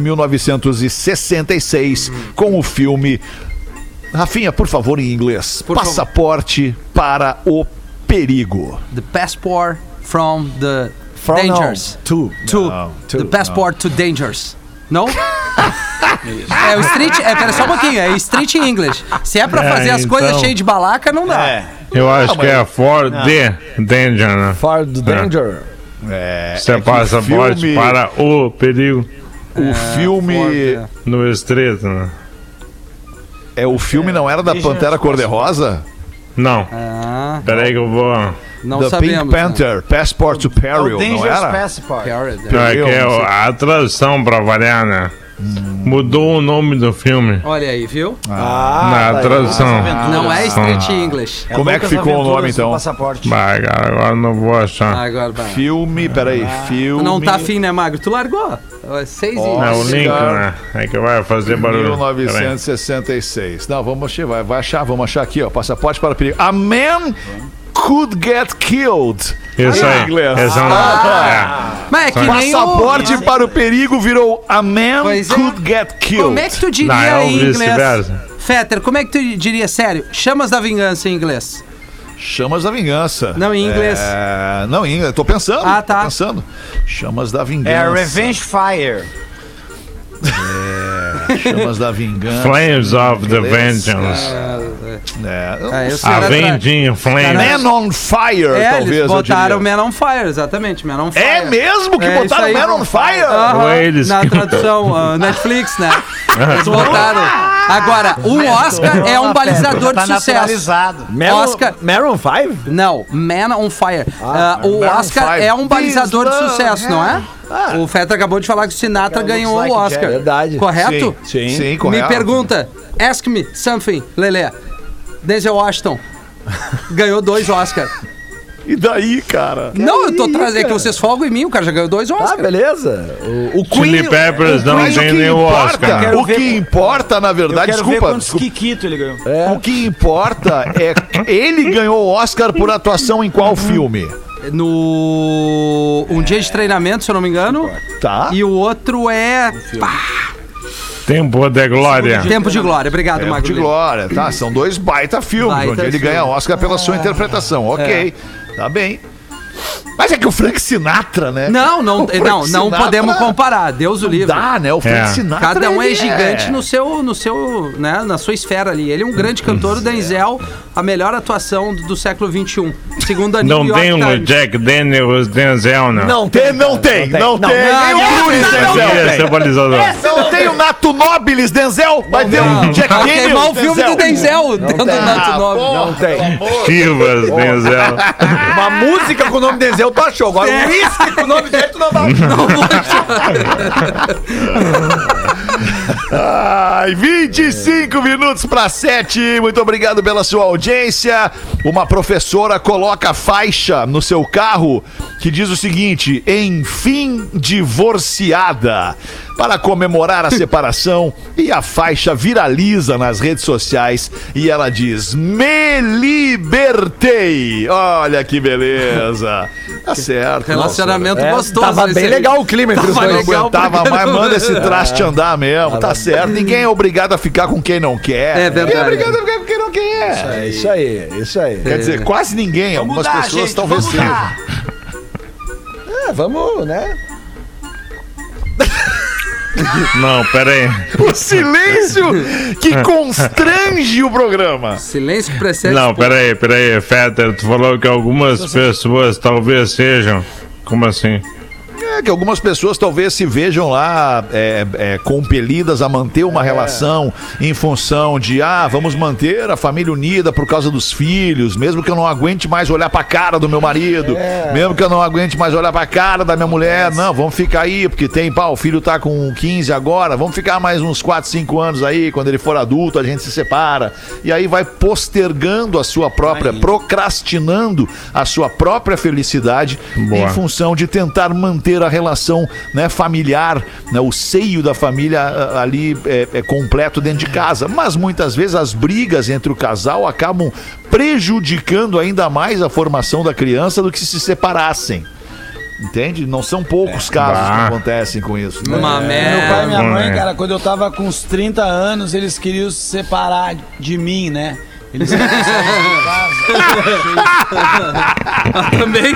[SPEAKER 7] 1966 com o filme Rafinha, por favor, em inglês.
[SPEAKER 1] Por favor.
[SPEAKER 7] Passaporte para o perigo.
[SPEAKER 1] The passport from the
[SPEAKER 8] From
[SPEAKER 1] dangers.
[SPEAKER 8] now to-
[SPEAKER 1] To, the passport to dangers. Não? é o street. É, pera só um pouquinho. É street English. Se é pra
[SPEAKER 9] É,
[SPEAKER 1] fazer as
[SPEAKER 9] então.
[SPEAKER 1] coisas cheias de balaca, não dá.
[SPEAKER 9] Eu acho que é For the Danger, né?
[SPEAKER 8] Far the Danger.
[SPEAKER 7] É,
[SPEAKER 9] Você passa
[SPEAKER 7] filme-
[SPEAKER 9] forte é para o perigo
[SPEAKER 7] O
[SPEAKER 1] É,
[SPEAKER 7] filme.
[SPEAKER 9] no estreito, né?
[SPEAKER 7] É, o filme não era da Pantera Cor-de-Rosa?
[SPEAKER 9] Não,
[SPEAKER 1] Ah,
[SPEAKER 9] peraí que eu vou.
[SPEAKER 1] não
[SPEAKER 7] The
[SPEAKER 1] sabemos.
[SPEAKER 7] Pink
[SPEAKER 1] né?
[SPEAKER 7] Panther, Passport to
[SPEAKER 4] É
[SPEAKER 7] Peril,
[SPEAKER 4] o
[SPEAKER 7] não
[SPEAKER 4] Dangerous
[SPEAKER 7] era?
[SPEAKER 4] Passport.
[SPEAKER 1] Parrot, né?
[SPEAKER 9] Não, é que é
[SPEAKER 7] não sei.
[SPEAKER 9] a tradução pra variar, né? Mudou o nome do filme
[SPEAKER 1] Olha aí, viu?
[SPEAKER 9] na tradução.
[SPEAKER 4] Ah.
[SPEAKER 1] não é
[SPEAKER 9] Street
[SPEAKER 1] street English.
[SPEAKER 7] Ah, Como é que
[SPEAKER 4] Loucas
[SPEAKER 7] ficou o
[SPEAKER 4] Aventuras
[SPEAKER 7] nome,
[SPEAKER 4] do
[SPEAKER 7] então?
[SPEAKER 4] Passaporte.
[SPEAKER 9] Bah, cara, agora não vou achar.
[SPEAKER 1] Agora vai.
[SPEAKER 7] Filme, peraí, filme.
[SPEAKER 1] Não tá afim, né, Magro? Tu largou? É Seis
[SPEAKER 7] Ó,
[SPEAKER 9] É
[SPEAKER 1] e...
[SPEAKER 9] o link,
[SPEAKER 7] cara.
[SPEAKER 9] né? É que vai fazer barulho. Peraí.
[SPEAKER 7] 1966. Não, vamos achar, vai, vai achar, vamos achar aqui, ó. Passaporte para o perigo. A man could get killed.
[SPEAKER 9] Isso
[SPEAKER 7] Em
[SPEAKER 9] aí.
[SPEAKER 7] inglês.
[SPEAKER 9] Esse é um-
[SPEAKER 1] Mas é que nem o...
[SPEAKER 7] Passaporte para o perigo virou a man
[SPEAKER 1] Pois é.
[SPEAKER 7] could get killed.
[SPEAKER 1] Como é que tu
[SPEAKER 9] Não, é
[SPEAKER 1] diria
[SPEAKER 9] o
[SPEAKER 1] em inglês?
[SPEAKER 9] vice-versa.
[SPEAKER 1] Fetter, como é que tu diria, sério, chamas da vingança em inglês?
[SPEAKER 7] Chamas da vingança.
[SPEAKER 1] Não, em inglês.
[SPEAKER 7] É, não, em inglês. Tô pensando.
[SPEAKER 1] Ah,
[SPEAKER 7] Tô
[SPEAKER 1] tá.
[SPEAKER 7] pensando. Chamas da vingança.
[SPEAKER 4] É Revenge Fire.
[SPEAKER 7] Chamas da vingança.
[SPEAKER 9] É. *laughs* Flames of the
[SPEAKER 7] Beleza.
[SPEAKER 9] Vengeance.
[SPEAKER 7] É, eu-
[SPEAKER 1] É, eu sei
[SPEAKER 9] A
[SPEAKER 1] lá atrás.
[SPEAKER 9] Vendinha, Flames.
[SPEAKER 7] Man on fire,
[SPEAKER 1] É,
[SPEAKER 7] talvez. eu
[SPEAKER 1] eles botaram
[SPEAKER 7] diria.
[SPEAKER 1] Man on Fire, exatamente, Man on Fire.
[SPEAKER 7] É mesmo que
[SPEAKER 1] É, isso
[SPEAKER 7] botaram
[SPEAKER 1] aí. Ah,
[SPEAKER 7] Man on fire?
[SPEAKER 1] Aham,
[SPEAKER 9] Ou eles
[SPEAKER 1] na
[SPEAKER 9] que-
[SPEAKER 1] tradução, ah, Netflix, né? Eles
[SPEAKER 7] *laughs*
[SPEAKER 1] botaram. Agora, um Oscar é um balizador de
[SPEAKER 4] Tá
[SPEAKER 1] sucesso.
[SPEAKER 4] naturalizado.
[SPEAKER 1] Oscar,
[SPEAKER 8] Maroon 5?
[SPEAKER 1] não, Man on Fire. Ah, o
[SPEAKER 7] Man on
[SPEAKER 1] Oscar
[SPEAKER 7] Fire.
[SPEAKER 1] é um balizador de
[SPEAKER 7] This love,
[SPEAKER 1] sucesso, não é? O Fetter acabou de falar que o Sinatra ganhou
[SPEAKER 4] like
[SPEAKER 1] o Oscar.
[SPEAKER 8] Jack, verdade.
[SPEAKER 1] Correto?
[SPEAKER 7] Sim, Sim
[SPEAKER 1] Me
[SPEAKER 7] correto.
[SPEAKER 1] pergunta, ask me something, Lelé. Denzel Washington ganhou dois
[SPEAKER 7] *laughs*
[SPEAKER 1] Oscar.
[SPEAKER 7] E daí, cara? Tá,
[SPEAKER 1] não, eu tô trazendo que vocês folgam em mim, o cara já ganhou dois
[SPEAKER 8] Ah,
[SPEAKER 1] Oscar.
[SPEAKER 8] beleza. O, o
[SPEAKER 9] Chili
[SPEAKER 8] Queen.
[SPEAKER 9] Peppers não
[SPEAKER 7] Mas o
[SPEAKER 9] tem
[SPEAKER 7] que
[SPEAKER 9] nenhum
[SPEAKER 7] importa-
[SPEAKER 9] Oscar.
[SPEAKER 4] Quero
[SPEAKER 7] O
[SPEAKER 4] ver-
[SPEAKER 7] que importa, na
[SPEAKER 4] Eu
[SPEAKER 7] verdade,
[SPEAKER 4] quero ver
[SPEAKER 7] desculpa,
[SPEAKER 4] quantos
[SPEAKER 7] desculpa.
[SPEAKER 4] Kikito ele ganhou.
[SPEAKER 7] O que importa é que ele ganhou o Oscar por atuação em qual filme?
[SPEAKER 1] no. Um dia de treinamento, se eu não me engano.
[SPEAKER 8] Tá.
[SPEAKER 1] E o outro é.
[SPEAKER 7] Um
[SPEAKER 1] Pá,
[SPEAKER 9] Tempo de glória.
[SPEAKER 1] Tempo de Glória. Obrigado, Magro.
[SPEAKER 7] de
[SPEAKER 1] Lima.
[SPEAKER 7] Glória, tá? São dois baita filmes,
[SPEAKER 1] Baita
[SPEAKER 7] onde ele
[SPEAKER 1] filme. É.
[SPEAKER 7] ganha Oscar pela sua interpretação. Ok, tá bem. Mas é que o Frank Sinatra, né?
[SPEAKER 1] Não, não,
[SPEAKER 7] O Frank
[SPEAKER 1] não, não
[SPEAKER 7] Sinatra
[SPEAKER 1] podemos comparar. Deus o
[SPEAKER 7] Não
[SPEAKER 1] livre.
[SPEAKER 7] dá, né? O Frank
[SPEAKER 9] É.
[SPEAKER 7] Sinatra.
[SPEAKER 1] Cada um é
[SPEAKER 7] ele
[SPEAKER 1] gigante no seu, no seu, né, na sua esfera ali. Ele é um grande cantor, o Denzel, a melhor atuação do, do século XXI. Segundo a
[SPEAKER 9] Não
[SPEAKER 1] é New
[SPEAKER 9] tem
[SPEAKER 1] York
[SPEAKER 9] no
[SPEAKER 1] Times.
[SPEAKER 9] Jack Daniels Denzel, né?
[SPEAKER 7] Não tem, não tem, não tem. Nem
[SPEAKER 1] não,
[SPEAKER 7] o Bruce
[SPEAKER 1] não,
[SPEAKER 7] Denzel
[SPEAKER 9] Esse
[SPEAKER 7] tem.
[SPEAKER 9] é o balizador.
[SPEAKER 7] Não tem o Nato Nobilis, Denzel. Vai ter o Jack
[SPEAKER 1] Vai queimar o
[SPEAKER 7] Daniels,
[SPEAKER 1] filme do Denzel, dando
[SPEAKER 7] Ah,
[SPEAKER 1] Nato Nobre.
[SPEAKER 7] porra,
[SPEAKER 8] Não tem.
[SPEAKER 7] pelo amor
[SPEAKER 9] Chivas Denzel.
[SPEAKER 8] Uma música com o nome de Denzel tu achou. Agora um uísque com o nome dele tu não vai.
[SPEAKER 1] Não vou achar.
[SPEAKER 7] Ai, 25 minutos para 7. Muito obrigado pela sua audiência. Uma professora coloca faixa no seu carro que diz o seguinte: enfim, divorciada. Para comemorar a separação, *laughs* e a faixa viraliza nas redes sociais e ela diz: Me libertei. Olha que beleza. Tá certo.
[SPEAKER 1] Relacionamento
[SPEAKER 8] É,
[SPEAKER 1] gostoso.
[SPEAKER 8] tava
[SPEAKER 1] esse
[SPEAKER 8] bem
[SPEAKER 1] aí.
[SPEAKER 8] legal o clima entre
[SPEAKER 1] *laughs*
[SPEAKER 8] os
[SPEAKER 1] Tava
[SPEAKER 8] dois.
[SPEAKER 1] legal pra
[SPEAKER 7] Tava, mas
[SPEAKER 1] caramba. *laughs*
[SPEAKER 7] manda esse traste andar mesmo, tá certo. Ninguém é obrigado a ficar com quem não quer.
[SPEAKER 1] É verdade.
[SPEAKER 7] Ninguém é obrigado a ficar com quem não quer.
[SPEAKER 8] É isso aí, isso aí.
[SPEAKER 7] Quer dizer, quase ninguém, algumas
[SPEAKER 4] mudar,
[SPEAKER 7] pessoas
[SPEAKER 4] gente,
[SPEAKER 7] talvez
[SPEAKER 4] vamos
[SPEAKER 7] sejam.
[SPEAKER 4] mudar.
[SPEAKER 8] É, vamos, né?
[SPEAKER 9] Não, pera aí.
[SPEAKER 7] *laughs* O silêncio que constrange o programa.
[SPEAKER 1] Silêncio que precede.
[SPEAKER 9] Não, pera aí, pera aí. Fetter, tu falou que algumas pessoas talvez sejam. Como assim?
[SPEAKER 7] É que algumas pessoas talvez se vejam lá é, é, compelidas a manter uma relação em função de, ah, vamos manter a família unida por causa dos filhos, mesmo que eu não aguente mais olhar pra cara do meu marido, mesmo que eu não aguente mais olhar pra cara da minha mulher, não, vamos ficar aí, porque tem, pá, o filho tá com 15 agora, vamos ficar mais uns 4, 5 anos aí, quando ele for adulto a gente se separa. E aí vai postergando a sua própria, procrastinando a sua própria felicidade em
[SPEAKER 9] Boa.
[SPEAKER 7] função função de tentar manter a relação né, familiar, né, o seio da família ah, ali é, é completo dentro de casa. Mas muitas vezes as brigas entre o casal acabam prejudicando ainda mais a formação da criança do que se separassem. Entende? Não são poucos casos que
[SPEAKER 9] É. Bah.
[SPEAKER 7] acontecem com isso. né?
[SPEAKER 1] Uma
[SPEAKER 4] Meu pai e
[SPEAKER 1] merda.
[SPEAKER 4] minha mãe,
[SPEAKER 9] É.
[SPEAKER 4] cara, quando eu tava com uns 30 anos, eles queriam se separar de mim, né? Eles queriam se
[SPEAKER 7] *laughs*
[SPEAKER 1] Também.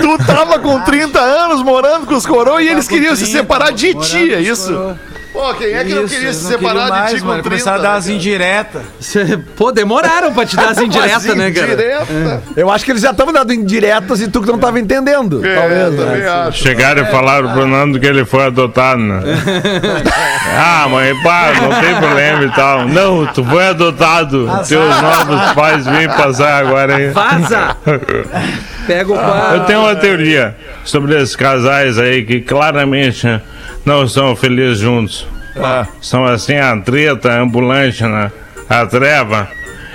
[SPEAKER 7] Tu tava com 30 anos morando com os coroas e eles
[SPEAKER 4] com
[SPEAKER 7] queriam se
[SPEAKER 4] 30,
[SPEAKER 7] separar de
[SPEAKER 4] morando
[SPEAKER 7] ti, é
[SPEAKER 4] com os
[SPEAKER 7] isso?
[SPEAKER 4] coroa.
[SPEAKER 7] Pô, quem é que não
[SPEAKER 4] Isso,
[SPEAKER 7] queria
[SPEAKER 4] eles
[SPEAKER 7] se
[SPEAKER 4] não queriam
[SPEAKER 7] separar
[SPEAKER 4] mais,
[SPEAKER 7] de ti com
[SPEAKER 4] mano,
[SPEAKER 7] 30?
[SPEAKER 4] Começaram a dar as
[SPEAKER 7] né,
[SPEAKER 4] indiretas.
[SPEAKER 1] Cê- é- Pô, demoraram pra te dar as
[SPEAKER 8] assim?
[SPEAKER 7] cara?
[SPEAKER 1] indiretas, né, cara?
[SPEAKER 7] Indireta.
[SPEAKER 8] Eu acho que eles já estavam dando indiretas e tu que não tava entendendo.
[SPEAKER 7] É,
[SPEAKER 8] talvez, né?
[SPEAKER 7] também acho.
[SPEAKER 9] Chegaram e falaram pro Nando que ele foi
[SPEAKER 1] *laughs*
[SPEAKER 9] adotado, né? Ah, mãe, pá, não tem problema e tal. Não, tu foi adotado.
[SPEAKER 1] Ah,
[SPEAKER 9] Teus novos pais vêm passar agora aí. *laughs*
[SPEAKER 1] Vaza! Pega o
[SPEAKER 9] Eu
[SPEAKER 1] pau.
[SPEAKER 9] tenho uma teoria sobre esses casais aí que claramente não são felizes juntos.
[SPEAKER 1] Ah.
[SPEAKER 9] São assim a treta ambulante, né? A treva.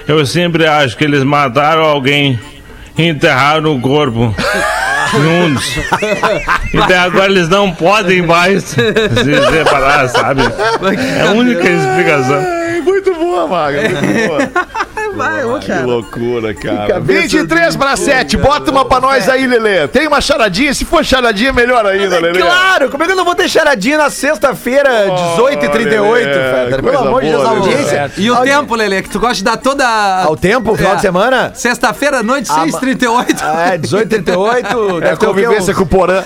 [SPEAKER 9] Eu sempre acho que eles mataram alguém e enterraram
[SPEAKER 1] *laughs*
[SPEAKER 9] o corpo. Juntos. E daí agora eles não podem mais se separar, sabe? É a única explicação.
[SPEAKER 7] Ai, muito boa, Maga. *laughs* Muito boa.
[SPEAKER 1] Vai, ô,
[SPEAKER 7] Que
[SPEAKER 1] cara.
[SPEAKER 7] loucura, cara.
[SPEAKER 8] cabeça
[SPEAKER 7] 23 para 7. Bota uma pra nós aí, Lelê. Tem uma charadinha? Se for charadinha, melhor ainda, Lelê.
[SPEAKER 8] Claro, como né? é que eu não vou ter charadinha na sexta-feira, 18h38,
[SPEAKER 7] Lelê,
[SPEAKER 8] Feder? Pelo
[SPEAKER 7] coisa
[SPEAKER 8] amor de
[SPEAKER 7] boa,
[SPEAKER 8] Deus, a
[SPEAKER 7] Lelê.
[SPEAKER 8] audiência.
[SPEAKER 1] E o
[SPEAKER 8] Audi-
[SPEAKER 1] tempo, Lelê, que tu gosta de dar toda. a-
[SPEAKER 8] Ao tempo, o final
[SPEAKER 1] É.
[SPEAKER 8] de semana?
[SPEAKER 1] Sexta-feira, à noite,
[SPEAKER 8] Ah,
[SPEAKER 1] 6h38.
[SPEAKER 8] Ah,
[SPEAKER 1] *laughs*
[SPEAKER 8] É, 18h38,
[SPEAKER 7] É
[SPEAKER 8] deve ter o quê?
[SPEAKER 7] convivência
[SPEAKER 8] Uns
[SPEAKER 7] com o Porã.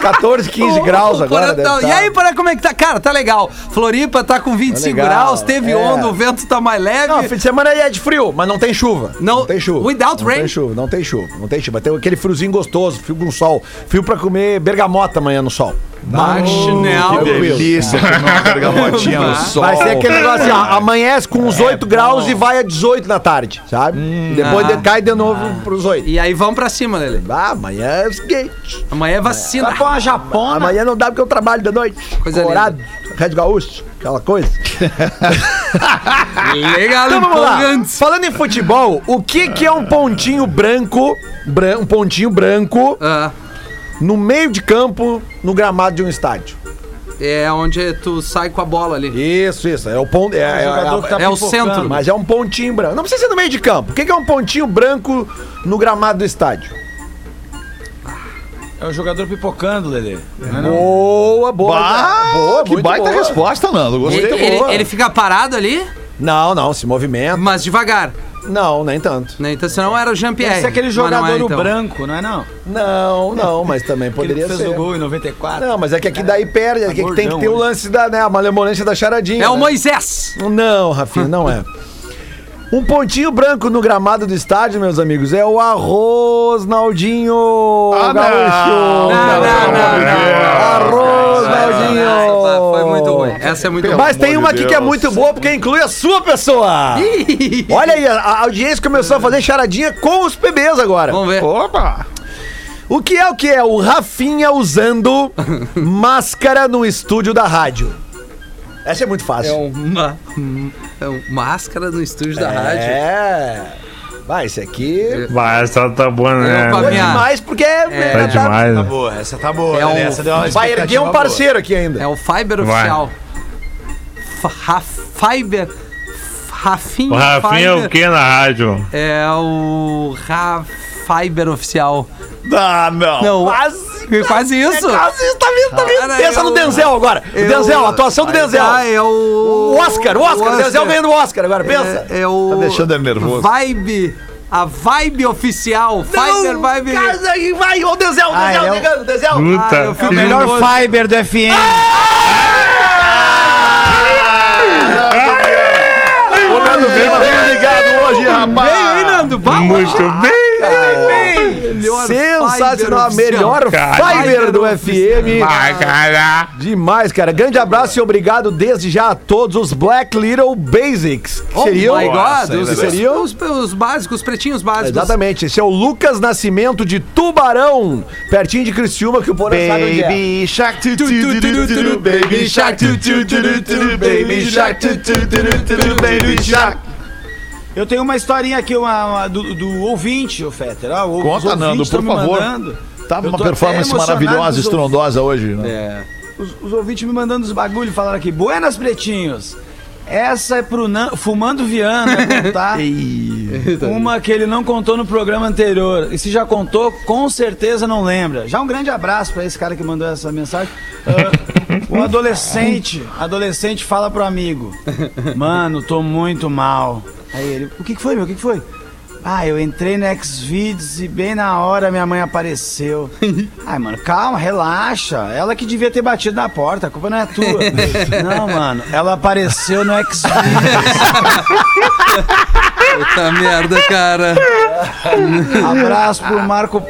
[SPEAKER 8] 14, 15
[SPEAKER 1] É. Ô,
[SPEAKER 8] graus
[SPEAKER 1] ô,
[SPEAKER 8] agora.
[SPEAKER 1] Porã,
[SPEAKER 8] deve
[SPEAKER 1] tá-
[SPEAKER 8] tá.
[SPEAKER 1] E aí, Porã, como é que tá? Cara, tá legal. Floripa tá com 25
[SPEAKER 8] Tá legal,
[SPEAKER 1] graus, teve
[SPEAKER 8] é.
[SPEAKER 1] onda, o vento tá mais leve.
[SPEAKER 8] Não, fim de semana aí é de frio, mas não tem chuva.
[SPEAKER 1] Não-
[SPEAKER 8] tem chuva.
[SPEAKER 1] without
[SPEAKER 8] não
[SPEAKER 1] rain.
[SPEAKER 8] Tem chuva, não tem chuva, não tem chuva. Tem aquele friozinho gostoso, frio com sol. Frio pra comer bergamota amanhã no sol.
[SPEAKER 1] Bate chinelo.
[SPEAKER 8] que delícia.
[SPEAKER 7] comer uma bergamotinha no um sol.
[SPEAKER 8] Vai ser aquele negócio assim, ó, amanhece com
[SPEAKER 1] É
[SPEAKER 8] uns 8 graus e vai a 18 na tarde, sabe?
[SPEAKER 1] Hum,
[SPEAKER 8] Depois
[SPEAKER 1] ah.
[SPEAKER 8] de- cai de novo pros 8.
[SPEAKER 1] E aí, vamos pra cima, Lelê.
[SPEAKER 8] Ah, amanhã é o seguinte.
[SPEAKER 1] Amanhã é vacina.
[SPEAKER 8] Tá
[SPEAKER 4] Vai pra uma japona.
[SPEAKER 8] Amanhã não dá porque eu trabalho de noite.
[SPEAKER 1] Coisa
[SPEAKER 8] Colorado, Red Gaúcho, aquela coisa.
[SPEAKER 1] Legal,
[SPEAKER 8] Então vamos lá.
[SPEAKER 1] empolgante.
[SPEAKER 8] Falando em futebol, o que que é um pontinho branco, bran- um pontinho branco
[SPEAKER 1] Ah,
[SPEAKER 8] no meio de campo, no gramado de um estádio?
[SPEAKER 1] é onde tu sai com a bola ali.
[SPEAKER 8] Isso, isso. É o ponto. É, é-
[SPEAKER 4] jogador que tá
[SPEAKER 1] é o
[SPEAKER 4] pipocando.
[SPEAKER 1] centro.
[SPEAKER 8] Mas é um pontinho branco. Não precisa ser no meio de campo. O que que é um pontinho branco no gramado do estádio?
[SPEAKER 4] É o jogador pipocando, Lelê. Não é não?
[SPEAKER 8] Boa, boa. né?
[SPEAKER 7] Bah,
[SPEAKER 8] boa,
[SPEAKER 7] que
[SPEAKER 8] muito
[SPEAKER 7] baita
[SPEAKER 8] boa.
[SPEAKER 7] resposta, Nando. Gostei.
[SPEAKER 8] Muito
[SPEAKER 1] Ele, ele-
[SPEAKER 8] boa.
[SPEAKER 1] ele fica parado ali,
[SPEAKER 8] Não, não, se movimenta.
[SPEAKER 1] mas devagar.
[SPEAKER 8] Não, nem tanto.
[SPEAKER 1] Né? Então, senão era o Jean-Pierre.
[SPEAKER 4] Esse é aquele
[SPEAKER 1] mas não é,
[SPEAKER 4] jogador
[SPEAKER 1] então.
[SPEAKER 4] branco, não é não?
[SPEAKER 8] Não, não, mas também
[SPEAKER 4] Aquele que
[SPEAKER 8] poderia
[SPEAKER 4] fez
[SPEAKER 8] ser.
[SPEAKER 4] o gol em 94.
[SPEAKER 8] Não, mas é que aqui daí perde, é que
[SPEAKER 4] Tá
[SPEAKER 8] tem que ter o
[SPEAKER 4] gordão,
[SPEAKER 8] lance da, né, a malemolência da charadinha.
[SPEAKER 1] É o
[SPEAKER 8] né?
[SPEAKER 1] Moisés.
[SPEAKER 8] Não, Rafinha, não é. Um pontinho branco no gramado do estádio, meus amigos, é o arroz Naldinho
[SPEAKER 7] Ah, não.
[SPEAKER 8] Gaúcho.
[SPEAKER 1] Não, não, não,
[SPEAKER 8] Arroz
[SPEAKER 1] Nossa,
[SPEAKER 8] Naldinho.
[SPEAKER 1] foi muito ruim. Essa é muito ruim.
[SPEAKER 8] Mas tem uma aqui que é muito boa porque inclui a sua pessoa. Olha aí, a- a audiência começou a fazer charadinha com os PBs agora.
[SPEAKER 1] Vamos ver.
[SPEAKER 7] Opa!
[SPEAKER 8] O que é o que é? O Rafinha
[SPEAKER 7] *laughs*
[SPEAKER 8] usando máscara no estúdio da rádio. Essa é muito
[SPEAKER 1] É
[SPEAKER 8] fácil.
[SPEAKER 1] uma, é um máscara no estúdio da rádio.
[SPEAKER 8] É. Vai, esse aqui.
[SPEAKER 9] Vai, essa tá boa, né?
[SPEAKER 1] Não, ah,
[SPEAKER 8] É
[SPEAKER 1] Pavinha.
[SPEAKER 8] demais porque é.
[SPEAKER 9] Tá demais. né?
[SPEAKER 4] Boa, essa tá boa,
[SPEAKER 1] É
[SPEAKER 4] Lelê.
[SPEAKER 1] um-
[SPEAKER 4] Essa deu uma
[SPEAKER 8] Vai erguer
[SPEAKER 4] expectativa
[SPEAKER 8] um parceiro aqui ainda.
[SPEAKER 1] É o Fiber
[SPEAKER 9] Vai.
[SPEAKER 1] oficial. Fa- Ra- Fiber. Rafinha.
[SPEAKER 9] O Rafinha é o
[SPEAKER 1] Fiber.
[SPEAKER 9] que na rádio?
[SPEAKER 1] É o Ra Fiber oficial.
[SPEAKER 7] Ah, não.
[SPEAKER 1] Não,
[SPEAKER 8] Quase.
[SPEAKER 1] é quase isso.
[SPEAKER 8] Quase isso, tá vindo, tá vindo.
[SPEAKER 1] Cara,
[SPEAKER 8] Pensa
[SPEAKER 1] eu-
[SPEAKER 8] no Denzel agora. O
[SPEAKER 1] eu-
[SPEAKER 8] Denzel, a atuação do Denzel.
[SPEAKER 1] Ah, é o.
[SPEAKER 8] O Oscar, o Oscar, o
[SPEAKER 7] é
[SPEAKER 8] Denzel ganhando o Oscar agora, pensa.
[SPEAKER 1] É, é o.
[SPEAKER 7] Tá deixando ele nervoso.
[SPEAKER 1] Vibe. A vibe oficial. Fiber Vibe.
[SPEAKER 8] Casa aí, vai, ó o Denzel, o Denzel,
[SPEAKER 4] é o-
[SPEAKER 8] pegando, o Denzel.
[SPEAKER 9] Puta.
[SPEAKER 1] eu fico
[SPEAKER 9] que-
[SPEAKER 1] melhor
[SPEAKER 4] boa. Fiber do FM.
[SPEAKER 7] Ô, Nando Viana, bem
[SPEAKER 8] tá
[SPEAKER 7] ligado hoje, rapaz.
[SPEAKER 1] Veio, hein, Nando? Vamos.
[SPEAKER 9] Muito bem!
[SPEAKER 1] Melhor
[SPEAKER 8] Sensacional, a
[SPEAKER 1] Fiber oficial.
[SPEAKER 8] melhor
[SPEAKER 9] Cara,
[SPEAKER 8] Fiber do
[SPEAKER 1] Fiber
[SPEAKER 8] FM.
[SPEAKER 9] Vai, cara!
[SPEAKER 8] Demais, cara. Grande abraço e obrigado desde já a todos os Black Little Basics. que
[SPEAKER 1] Oh
[SPEAKER 8] seriam-
[SPEAKER 1] my God, os,
[SPEAKER 8] que seriam?
[SPEAKER 1] os, os básicos, os pretinhos básicos.
[SPEAKER 8] Exatamente, esse é o Lucas Nascimento de Tubarão, pertinho de Criciúma, que o Porã sabe onde é.
[SPEAKER 7] Baby Shark tu tu tu tu tu tu Baby Shark tu tu tu tu tu Baby Shark tu tu tu tu tu Baby Shark
[SPEAKER 4] Eu tenho uma historinha aqui uma, uma- do, do ouvinte, o Fetter. Ah, o- os
[SPEAKER 7] Conta,
[SPEAKER 4] ouvintes
[SPEAKER 7] Nando, por
[SPEAKER 4] tão me
[SPEAKER 7] favor.
[SPEAKER 4] mandando.
[SPEAKER 7] Tá
[SPEAKER 4] Eu
[SPEAKER 7] uma
[SPEAKER 4] tô até
[SPEAKER 7] performance
[SPEAKER 4] emocionado
[SPEAKER 7] maravilhosa,
[SPEAKER 4] com os ouvintes.
[SPEAKER 7] estrondosa hoje, né?
[SPEAKER 1] É.
[SPEAKER 4] Os, os ouvintes me mandando os bagulho falaram aqui. Buenas, pretinhos. Essa é pro Nan, Fumando Viana contar uma que ele não contou no programa anterior. E se já contou, com certeza não lembra. Já um grande abraço pra esse cara que mandou essa mensagem. Ah, um adolescente, adolescente fala pro amigo: Mano, tô muito mal. Aí ele: O que, que foi, meu? O que, que foi? Ah, eu entrei no Xvideos e bem na hora minha mãe apareceu. Ai, mano, calma, relaxa. Ela que devia ter batido na porta, a culpa não é tua. não, mano, ela apareceu no Xvideos.
[SPEAKER 1] Puta merda, cara.
[SPEAKER 4] Abraço pro Marco,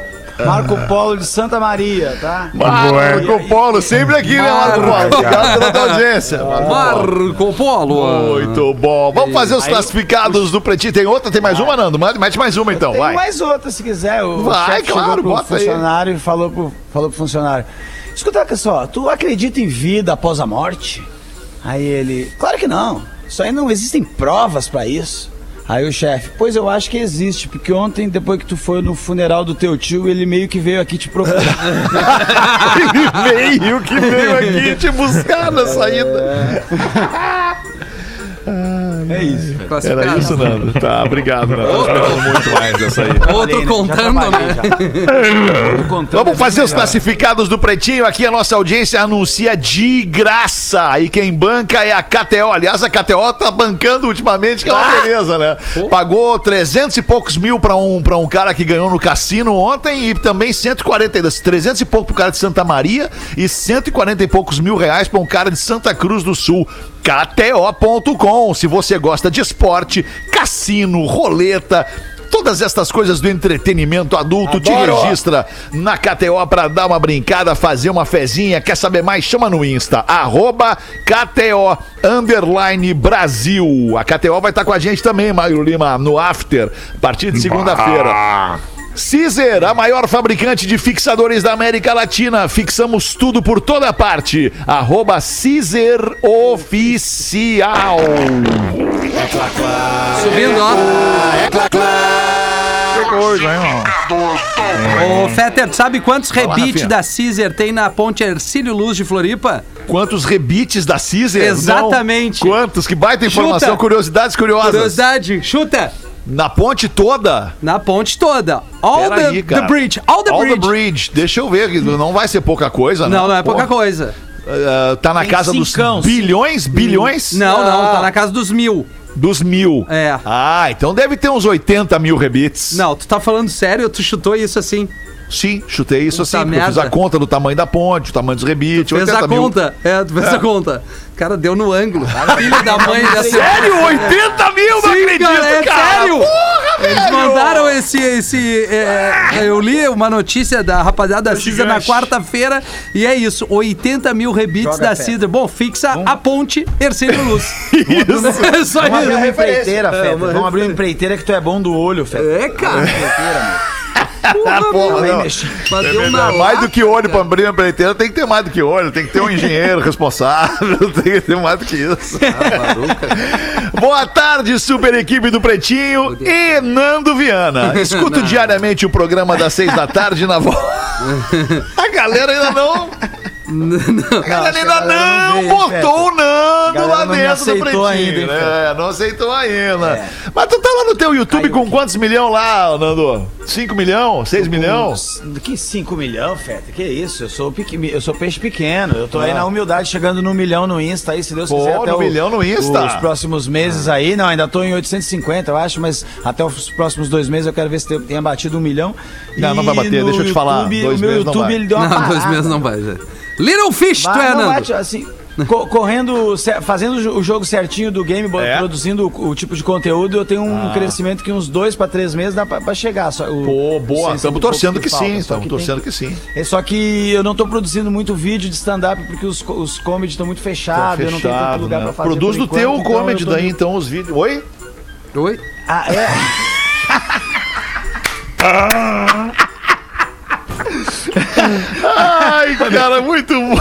[SPEAKER 4] Marco Polo de Santa Maria, tá?
[SPEAKER 7] Marco Polo, sempre aqui, né, Marco Polo? é. Obrigado pela tua *laughs* audiência. Marco Polo.
[SPEAKER 1] Marco Polo.
[SPEAKER 7] Muito bom. Vamos fazer os classificados do Pretinho. Tem outra? Tem mais uma, Nando? Mande mete Ah. mais uma, então.
[SPEAKER 4] Tem
[SPEAKER 7] Vai. *laughs*
[SPEAKER 4] mais outra se quiser. O
[SPEAKER 7] Vai,
[SPEAKER 4] chefe
[SPEAKER 7] claro,
[SPEAKER 4] chegou pro
[SPEAKER 7] bota aí.
[SPEAKER 4] funcionário e falou pro, falou pro funcionário: Escuta aqui só, tu acredita em vida após a morte? Aí ele: Claro que não. Isso aí não existem provas pra isso. Aí o chefe: Pois eu acho que existe, porque ontem, depois que tu foi no funeral do teu tio, ele meio que veio aqui te *laughs* procurar.
[SPEAKER 7] Ele veio que veio aqui te buscar na saída.
[SPEAKER 4] é isso.
[SPEAKER 1] Classificado.
[SPEAKER 7] Era isso, Nando? Tá, obrigado, Nando. Tô esperando muito mais essa aí.
[SPEAKER 1] Outro
[SPEAKER 4] Falei, né? Já
[SPEAKER 1] contando,
[SPEAKER 4] trabalhei,
[SPEAKER 1] né?
[SPEAKER 4] já. Outro contando.
[SPEAKER 7] Vamos fazer os classificados do Pretinho. Aqui a nossa audiência anuncia de graça. E quem banca é a KTO. Aliás, a KTO tá bancando ultimamente, que é uma beleza, né? Pagou 300 e poucos mil pra um, pra um cara que ganhou no cassino ontem e também 140, 300 e pouco pro cara de Santa Maria e 140 e poucos mil reais pra um cara de Santa Cruz do Sul. KTO.com. Se você gosta de esporte, cassino, roleta. Todas estas coisas do entretenimento adulto te registra na KTO pra dar uma brincada, fazer uma fezinha. Quer saber mais? Chama no Insta, arroba KTO underline Brasil. A KTO vai estar com a gente também, Mauro Lima, no After, a partir de segunda-feira. Cizer, a maior fabricante de fixadores da América Latina. Fixamos tudo por toda parte. Arroba Cizer Oficial.
[SPEAKER 1] Subindo, ó.
[SPEAKER 9] Que coisa, hein, mano?
[SPEAKER 1] Ô, Fetter, tu sabe quantos rebites
[SPEAKER 7] Rafinha.
[SPEAKER 1] da Caesar tem na ponte Ercílio Luz de Floripa?
[SPEAKER 7] Quantos rebites da Cizer?
[SPEAKER 1] Exatamente.
[SPEAKER 7] Não. Quantos? Que baita informação,
[SPEAKER 1] Chuta.
[SPEAKER 7] curiosidades curiosas.
[SPEAKER 1] Curiosidade, chuta.
[SPEAKER 7] Na ponte toda?
[SPEAKER 1] Na ponte toda. All the,
[SPEAKER 7] Peraí,
[SPEAKER 1] the
[SPEAKER 7] cara.
[SPEAKER 1] bridge. All the
[SPEAKER 7] All
[SPEAKER 1] bridge.
[SPEAKER 7] the bridge. Deixa eu ver, Guido, não vai ser pouca coisa, né?
[SPEAKER 1] Não, não é pouca
[SPEAKER 7] Pô,
[SPEAKER 1] coisa.
[SPEAKER 7] ah, tá na
[SPEAKER 4] Tem
[SPEAKER 7] casa dos
[SPEAKER 4] cincão,
[SPEAKER 7] bilhões? Bilhões?
[SPEAKER 1] Não, não,
[SPEAKER 7] Ah,
[SPEAKER 1] tá na casa dos mil.
[SPEAKER 7] Dos mil.
[SPEAKER 1] É.
[SPEAKER 7] Ah, então deve ter uns 80 mil rebites.
[SPEAKER 1] Não, tu tá falando sério, tu chutou isso assim.
[SPEAKER 7] Sim, chutei isso assim,
[SPEAKER 1] Puta
[SPEAKER 7] porque eu fiz a
[SPEAKER 1] merda.
[SPEAKER 7] conta do tamanho da ponte, o tamanho dos rebites,
[SPEAKER 1] Fez a
[SPEAKER 7] 80 mil.
[SPEAKER 1] conta. É, tu fez a conta. O cara deu no ângulo. Filho da mãe dessa.
[SPEAKER 7] Sério? 80 mil? Não
[SPEAKER 1] Sim,
[SPEAKER 7] acredito,
[SPEAKER 1] cara,
[SPEAKER 7] cara!
[SPEAKER 1] é sério!
[SPEAKER 7] Porra,
[SPEAKER 1] Eles
[SPEAKER 7] velho!
[SPEAKER 1] mandaram esse. esse é, eu li uma notícia da rapaziada da Cisa na quarta-feira e é isso: 80 mil rebites da Cisa. Bom, fixa a ponte Ercílio Luz. isso. *laughs* É só
[SPEAKER 4] Vamos abrir uma
[SPEAKER 1] isso.
[SPEAKER 4] empreiteira,
[SPEAKER 1] É,
[SPEAKER 4] Feta.
[SPEAKER 1] uma
[SPEAKER 4] Vamos abrir uma empreiteira que tu é bom do olho, Feta.
[SPEAKER 1] É, cara. né?
[SPEAKER 7] Porra,
[SPEAKER 4] Vai
[SPEAKER 7] não.
[SPEAKER 4] mexer.
[SPEAKER 1] Mas deu na *laughs*
[SPEAKER 7] Não, mais
[SPEAKER 1] lata.
[SPEAKER 7] do que olho pra abrir uma empreiteira, tem que ter mais do que olho, tem que ter um engenheiro responsável, *laughs* tem que ter mais do que isso.
[SPEAKER 4] Ah,
[SPEAKER 7] Boa tarde, super equipe do Pretinho e Nando
[SPEAKER 4] *laughs*
[SPEAKER 7] Viana. Escuto diariamente o programa das seis da tarde na voz. A galera ainda não. A galera ainda não,
[SPEAKER 4] veio,
[SPEAKER 7] botou o Nando
[SPEAKER 4] galera
[SPEAKER 7] lá
[SPEAKER 4] não me
[SPEAKER 7] dentro do
[SPEAKER 4] aceitou
[SPEAKER 7] Pretinho.
[SPEAKER 4] ainda, hein, É.
[SPEAKER 7] né? Não aceitou ainda. Mas tu tá lá no teu YouTube com quantos milhão lá, Nando? 5 milhão? 6 milhão?
[SPEAKER 4] Que 5 milhão, Feta? Que isso? Eu sou, pequ- eu sou peixe pequeno. Eu tô aí na humildade, chegando no milhão no Insta aí, se Deus
[SPEAKER 7] Ah. Pô,
[SPEAKER 4] quiser. Até
[SPEAKER 7] no milhão no Insta. Ah.
[SPEAKER 4] Os próximos meses aí. Não, ainda tô em 850, eu acho, mas até os próximos dois meses eu quero ver se te- tenha batido um milhão.
[SPEAKER 7] Não, não vai bater,
[SPEAKER 4] no
[SPEAKER 7] deixa eu te falar,
[SPEAKER 4] YouTube,
[SPEAKER 7] dois
[SPEAKER 4] o meu
[SPEAKER 7] meses não
[SPEAKER 4] YouTube,
[SPEAKER 7] vai.
[SPEAKER 4] ele deu uma
[SPEAKER 1] Não, dois
[SPEAKER 4] parada.
[SPEAKER 1] meses não vai. já. Little Fish, tu
[SPEAKER 4] Mas
[SPEAKER 1] é,
[SPEAKER 4] não
[SPEAKER 1] Nando.
[SPEAKER 4] bate, assim, co- correndo, ce- fazendo o jo- o jogo certinho do game, bo-
[SPEAKER 7] É? Ah.
[SPEAKER 4] produzindo o, o tipo de conteúdo, eu tenho um crescimento que uns dois pra três meses dá pra, pra chegar. Só, o,
[SPEAKER 7] Pô, boa.
[SPEAKER 4] sem- sem
[SPEAKER 7] Estamos
[SPEAKER 4] um
[SPEAKER 7] torcendo
[SPEAKER 4] pouco
[SPEAKER 7] que
[SPEAKER 4] de falta,
[SPEAKER 7] sim.
[SPEAKER 4] só
[SPEAKER 7] Estamos
[SPEAKER 4] tem
[SPEAKER 7] torcendo que sim.
[SPEAKER 4] é só que eu não tô produzindo muito vídeo de stand-up porque os, co- os comedy estão muito fechados, eu Ah, não tenho tanto lugar
[SPEAKER 7] né?
[SPEAKER 4] pra fazer.
[SPEAKER 7] Produz
[SPEAKER 4] por
[SPEAKER 7] do teu
[SPEAKER 4] enquanto, então
[SPEAKER 7] comedy
[SPEAKER 4] eu tô-
[SPEAKER 7] daí, então, os vídeos. Oi?
[SPEAKER 1] Oi?
[SPEAKER 4] Ah, é?
[SPEAKER 7] Ai, cara, muito bom.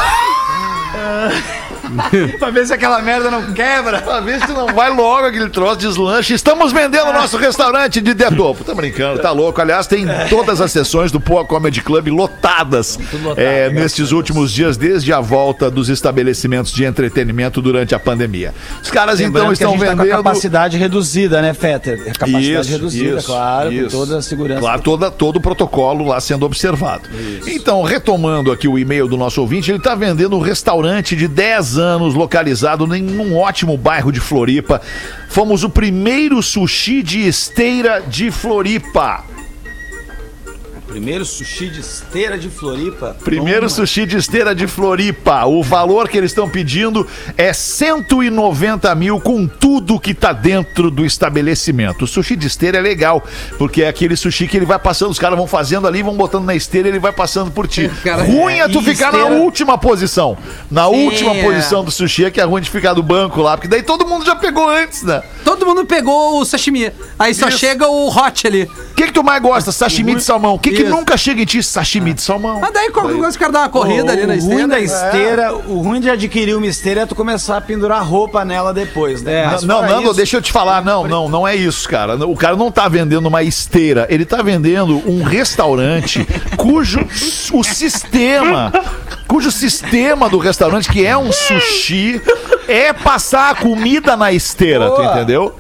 [SPEAKER 4] *laughs* pra ver se aquela merda não quebra.
[SPEAKER 7] Pra ver se não vai logo aquele troço de deslanche. Estamos vendendo o nosso restaurante de Detopo. Tá brincando, tá louco. Aliás, tem todas as sessões do Poa Comedy Club lotadas é, nestes últimos dias, desde a volta dos estabelecimentos de entretenimento durante a pandemia. Os caras,
[SPEAKER 4] Lembrando
[SPEAKER 7] então,
[SPEAKER 4] que a
[SPEAKER 7] estão
[SPEAKER 4] gente tá com a
[SPEAKER 7] vendendo.
[SPEAKER 4] capacidade reduzida, né, Fetter? É Capacidade
[SPEAKER 7] Isso,
[SPEAKER 4] reduzida,
[SPEAKER 7] isso,
[SPEAKER 4] claro,
[SPEAKER 7] isso.
[SPEAKER 4] com toda a segurança.
[SPEAKER 7] Claro, toda, todo o protocolo lá sendo observado. Então, retomando aqui o e-mail do nosso ouvinte, ele está vendendo um restaurante de 10 anos localizado em um ótimo bairro de Floripa. Fomos o primeiro sushi de esteira de Floripa.
[SPEAKER 4] Primeiro sushi de esteira de Floripa.
[SPEAKER 7] Primeiro
[SPEAKER 4] Toma.
[SPEAKER 7] sushi de esteira de Floripa. O valor que eles estão pedindo é 190 mil com tudo que tá dentro do estabelecimento. O sushi de esteira é legal, porque é aquele sushi que ele vai passando, os caras vão fazendo ali, vão botando na esteira e ele vai passando por
[SPEAKER 4] *laughs*
[SPEAKER 7] ti.
[SPEAKER 1] cara,
[SPEAKER 7] ruim é,
[SPEAKER 4] é,
[SPEAKER 7] tu
[SPEAKER 4] e
[SPEAKER 7] ficar na
[SPEAKER 4] esteira-
[SPEAKER 7] última posição. Na última
[SPEAKER 1] é.
[SPEAKER 7] posição do sushi é que é ruim de ficar do banco lá, porque daí todo mundo já pegou antes, né?
[SPEAKER 1] Todo mundo pegou o sashimi. Aí só
[SPEAKER 7] Isso.
[SPEAKER 1] chega o hot ali.
[SPEAKER 7] O que, que tu mais gosta? Sashimi de salmão. O que, que
[SPEAKER 1] Isso.
[SPEAKER 7] nunca chega em ti? Sashimi de salmão.
[SPEAKER 1] Mas Ah, daí qualquer coisa o cara dá uma corrida ali na
[SPEAKER 4] o ruim
[SPEAKER 1] esteira. né?
[SPEAKER 4] da esteira, o ruim de adquirir uma esteira é tu começar a pendurar roupa nela depois, né? Mas
[SPEAKER 7] não,
[SPEAKER 4] fora
[SPEAKER 7] Nando,
[SPEAKER 4] isso-
[SPEAKER 7] deixa eu te falar. Não, não, não é isso, cara. O cara não tá vendendo uma esteira. Ele tá vendendo um restaurante cujo s- o sistema. Cujo sistema do restaurante, que é um sushi, é passar a comida na esteira, tu entendeu?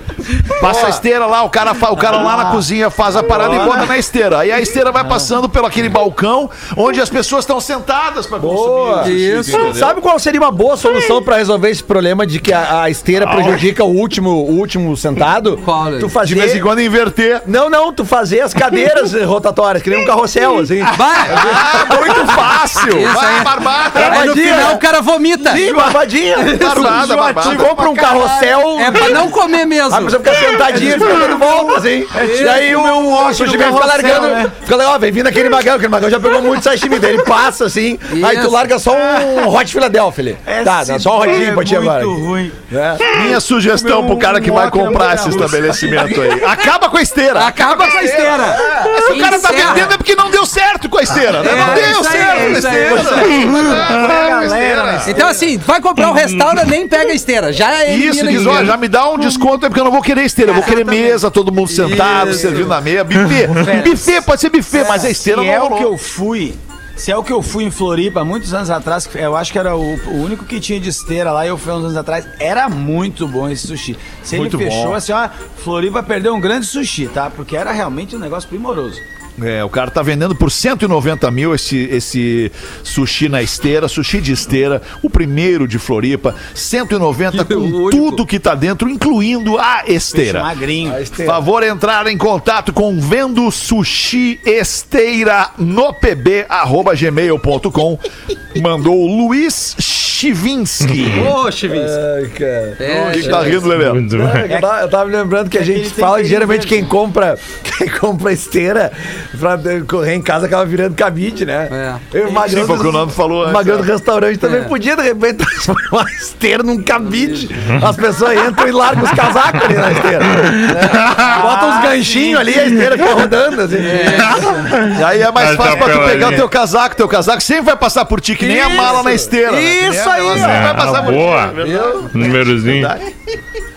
[SPEAKER 7] Passa a esteira lá, o cara, fa- o cara lá na cozinha faz a parada e bota na esteira. Aí a esteira vai passando pelo aquele balcão onde as pessoas estão sentadas pra consumir. o sushi,
[SPEAKER 1] Isso.
[SPEAKER 7] entendeu?
[SPEAKER 8] Sabe qual seria uma boa solução pra resolver esse problema de que a, a esteira prejudica o último, o último sentado?
[SPEAKER 1] Qual é?
[SPEAKER 8] Tu
[SPEAKER 7] De vez em
[SPEAKER 8] fazer...
[SPEAKER 7] quando inverter.
[SPEAKER 8] Não, não, tu fazer as cadeiras rotatórias, que nem um carrossel, assim.
[SPEAKER 1] Vai!
[SPEAKER 7] Ah, muito fácil!
[SPEAKER 1] Isso
[SPEAKER 7] Vai,
[SPEAKER 1] aí.
[SPEAKER 7] barbada!
[SPEAKER 1] Aí no
[SPEAKER 8] Armadilha.
[SPEAKER 1] final o cara vomita.
[SPEAKER 8] Sim, babadinha.
[SPEAKER 7] Barbada, barbada.
[SPEAKER 8] Tu compra um carrossel.
[SPEAKER 1] É pra não comer mesmo.
[SPEAKER 8] Ah, precisa ficar sentadinho, fica dando voltas, hein? E aí o o sushi vai ficar largando. Fica lá, ó, vem vindo aquele magão, aquele magão já pegou muito sashimi dele. Ele passa assim, aí tu
[SPEAKER 1] Isso.
[SPEAKER 8] larga só um Hot Philadelphia. ali. Tá,
[SPEAKER 4] Esse
[SPEAKER 8] dá só um
[SPEAKER 4] é
[SPEAKER 8] Hotzinho pra ti
[SPEAKER 4] muito
[SPEAKER 8] agora.
[SPEAKER 4] ruim.
[SPEAKER 7] Minha sugestão pro cara que vai comprar esse estabelecimento
[SPEAKER 1] *laughs*
[SPEAKER 7] aí. Acaba com a esteira.
[SPEAKER 1] é Acaba com a esteira.
[SPEAKER 7] Se o cara tá
[SPEAKER 1] Encerra.
[SPEAKER 7] vendendo é porque não deu certo com a esteira, né? Não
[SPEAKER 1] É,
[SPEAKER 7] deu
[SPEAKER 1] isso aí,
[SPEAKER 7] certo com a
[SPEAKER 1] isso aí,
[SPEAKER 7] esteira.
[SPEAKER 1] isso
[SPEAKER 7] É.
[SPEAKER 1] Então assim, vai comprar um restaurante, nem pega a esteira. Já é
[SPEAKER 7] Uhum. Isso, diz, ó, já me dá um desconto aí, porque eu não vou querer esteira. Eu vou querer mesa, todo mundo sentado, servindo na mesa. Buffet. Buffet, pode ser buffet, mas a esteira
[SPEAKER 4] Se é
[SPEAKER 7] não
[SPEAKER 4] o que
[SPEAKER 7] rolou.
[SPEAKER 4] eu fui. Se é o que eu fui em Floripa muitos anos atrás, que eu acho que era o, o único que tinha de esteira lá, e eu fui uns anos atrás, era muito bom esse sushi. Se ele
[SPEAKER 10] Muito
[SPEAKER 4] fechou,
[SPEAKER 10] bom.
[SPEAKER 4] assim, ó, Floripa perdeu um grande sushi, tá? Porque era realmente um negócio primoroso.
[SPEAKER 7] É, o cara tá vendendo por 190 mil esse, esse sushi na esteira, sushi de esteira, o primeiro de Floripa, 190
[SPEAKER 1] Que é
[SPEAKER 7] com
[SPEAKER 1] único.
[SPEAKER 7] tudo que tá dentro, incluindo a
[SPEAKER 4] Peixe
[SPEAKER 7] esteira.
[SPEAKER 4] magrinho.
[SPEAKER 7] Favor entrar em contato com vendo sushi esteira no pb@gmail.com. Mandou o Luiz Chivinski.
[SPEAKER 1] Ô, Chivis.
[SPEAKER 8] Ai, cara.
[SPEAKER 7] O
[SPEAKER 1] É,
[SPEAKER 7] que, que tá rindo, Lelê?
[SPEAKER 9] Muito bem.
[SPEAKER 8] É Eu tava, eu tava me lembrando que a
[SPEAKER 4] que ele
[SPEAKER 8] gente
[SPEAKER 4] tem
[SPEAKER 8] fala,
[SPEAKER 4] que
[SPEAKER 8] geralmente
[SPEAKER 4] vender.
[SPEAKER 8] quem compra, *laughs* quem compra esteira pra eh, correr em casa acaba virando cabide, né?
[SPEAKER 1] É.
[SPEAKER 8] Eu
[SPEAKER 7] Sim, foi o que o Nando falou antes,
[SPEAKER 8] Magrão do
[SPEAKER 7] né?
[SPEAKER 8] restaurante também
[SPEAKER 1] É.
[SPEAKER 8] podia, de repente, *laughs* transformar a esteira num cabide.
[SPEAKER 7] É.
[SPEAKER 8] As pessoas entram e largam os casacos ali na esteira. Né? Bota uns ganchinhos ali, a esteira fica rodando, assim.
[SPEAKER 7] E aí é mais
[SPEAKER 9] Tá
[SPEAKER 7] fácil pra tu pegar
[SPEAKER 9] peladinha.
[SPEAKER 7] o teu casaco. Teu casaco sempre vai passar por ti, que nem a mala na esteira. né? Que nem
[SPEAKER 8] Isso
[SPEAKER 7] a-
[SPEAKER 8] aí,
[SPEAKER 7] ela
[SPEAKER 8] ó.
[SPEAKER 7] sempre vai
[SPEAKER 9] Ah,
[SPEAKER 7] passar por ti.
[SPEAKER 9] boa. Númerozinho.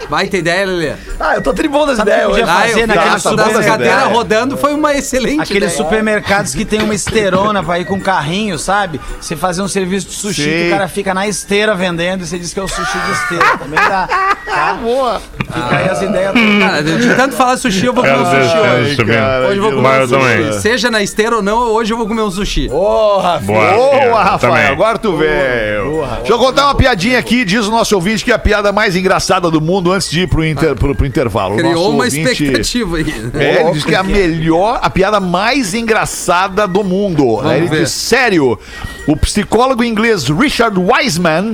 [SPEAKER 1] Vai ter ideia, Lelê.
[SPEAKER 8] Ah, eu tô tribom das
[SPEAKER 7] é,
[SPEAKER 8] ideias
[SPEAKER 4] podia
[SPEAKER 8] hoje.
[SPEAKER 1] Ah,
[SPEAKER 4] Fazer
[SPEAKER 1] eu
[SPEAKER 4] naquele
[SPEAKER 1] ficar
[SPEAKER 4] super-
[SPEAKER 1] da cadeira
[SPEAKER 7] ideia.
[SPEAKER 1] rodando foi uma excelente
[SPEAKER 4] Aqueles
[SPEAKER 1] ideia.
[SPEAKER 4] supermercados que tem uma esteirona pra ir com carrinho, sabe? Você fazer um serviço de sushi que
[SPEAKER 7] Sim.
[SPEAKER 4] o cara fica na esteira vendendo e você diz que é o sushi de esteira. Também dá. Tá? Boa. Fica aí as ideias todas.
[SPEAKER 1] Cara, de tanto falar sushi, eu vou comer
[SPEAKER 9] Quero
[SPEAKER 1] um
[SPEAKER 9] ver
[SPEAKER 1] sushi hoje.
[SPEAKER 9] se
[SPEAKER 7] cara,
[SPEAKER 1] Hoje eu vou
[SPEAKER 9] tem
[SPEAKER 1] comer
[SPEAKER 9] Mas
[SPEAKER 1] um
[SPEAKER 9] eu
[SPEAKER 1] sushi.
[SPEAKER 9] é também.
[SPEAKER 1] Seja na esteira ou não, hoje eu vou comer um sushi.
[SPEAKER 9] Boa,
[SPEAKER 7] Boa,
[SPEAKER 9] eu
[SPEAKER 7] Rafael.
[SPEAKER 9] também.
[SPEAKER 7] Agora tu veio. Deixa eu contar uma piadinha aqui. Diz o nosso ouvinte que é a piada mais engraçada do mundo antes de ir pro, inter- pro- pro intervalo. O nosso
[SPEAKER 1] Criou uma
[SPEAKER 7] ouvinte-
[SPEAKER 1] expectativa aí.
[SPEAKER 7] É, ele diz que é a melhor, a piada mais engraçada do mundo. Aí ele
[SPEAKER 1] ver.
[SPEAKER 7] diz, sério, o psicólogo inglês Richard Wiseman,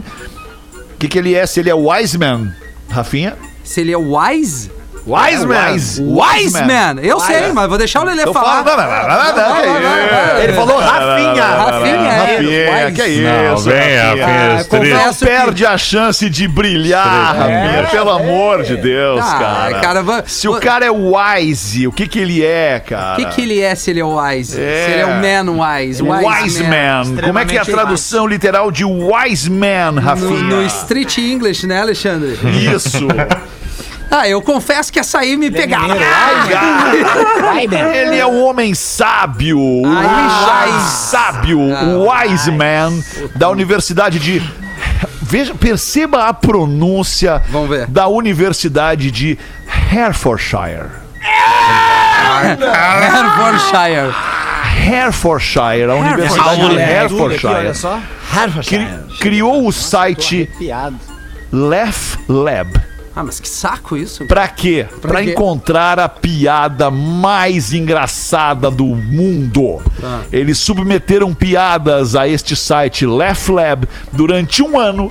[SPEAKER 7] o que, que ele é? Se ele é Wiseman, Rafinha? É,
[SPEAKER 1] Se ele é wise?
[SPEAKER 7] Wiseman!
[SPEAKER 1] Wise man. Eu sei, mas vou deixar o Lelê
[SPEAKER 7] Eu
[SPEAKER 1] falar.
[SPEAKER 7] falo, não, não, não, não,
[SPEAKER 1] Vai,
[SPEAKER 7] não, que
[SPEAKER 1] vai, vai,
[SPEAKER 7] isso.
[SPEAKER 1] vai.
[SPEAKER 8] Ele falou Rafinha.
[SPEAKER 1] Rafinha, é.
[SPEAKER 7] Rafinha,
[SPEAKER 1] Wise.
[SPEAKER 7] que é
[SPEAKER 9] Não,
[SPEAKER 7] isso,
[SPEAKER 9] vem, Rafinha,
[SPEAKER 1] Ah,
[SPEAKER 9] as três.
[SPEAKER 1] confesso.
[SPEAKER 7] Não perde a chance de brilhar, Rafinha. Pelo amor de Deus,
[SPEAKER 1] Ah,
[SPEAKER 7] cara.
[SPEAKER 1] cara, va-
[SPEAKER 7] Se o cara é wise, o que que ele é, cara?
[SPEAKER 1] O que, que ele é se ele é wise?
[SPEAKER 7] É.
[SPEAKER 1] Se ele é o man wise.
[SPEAKER 7] Wise man. Como é que é a
[SPEAKER 4] Extremamente
[SPEAKER 7] tradução literal de wise man,
[SPEAKER 1] No,
[SPEAKER 7] Rafinha?
[SPEAKER 1] no street English, né,
[SPEAKER 7] *laughs*
[SPEAKER 1] Alexandre?
[SPEAKER 7] Isso.
[SPEAKER 1] Ah, eu confesso que essa aí me pegava. Ah,
[SPEAKER 7] ele é o homem sábio, o
[SPEAKER 1] Aí já.
[SPEAKER 7] wise sábio, o wise man da Universidade de Veja, perceba a pronúncia
[SPEAKER 1] Vamos ver.
[SPEAKER 7] da Universidade de Herefordshire.
[SPEAKER 1] Herefordshire.
[SPEAKER 7] Herefordshire, a Universidade de
[SPEAKER 4] Tudo aqui, olha
[SPEAKER 7] Herefordshire,
[SPEAKER 4] só.
[SPEAKER 7] cri- criou o site
[SPEAKER 4] Piado.
[SPEAKER 7] Laugh Lab.
[SPEAKER 1] Ah, mas que saco isso.
[SPEAKER 7] Pra quê? Pra,
[SPEAKER 1] quê?
[SPEAKER 7] encontrar a piada mais engraçada do mundo.
[SPEAKER 8] Tá.
[SPEAKER 7] Eles submeteram piadas a este site Laugh Lab durante um ano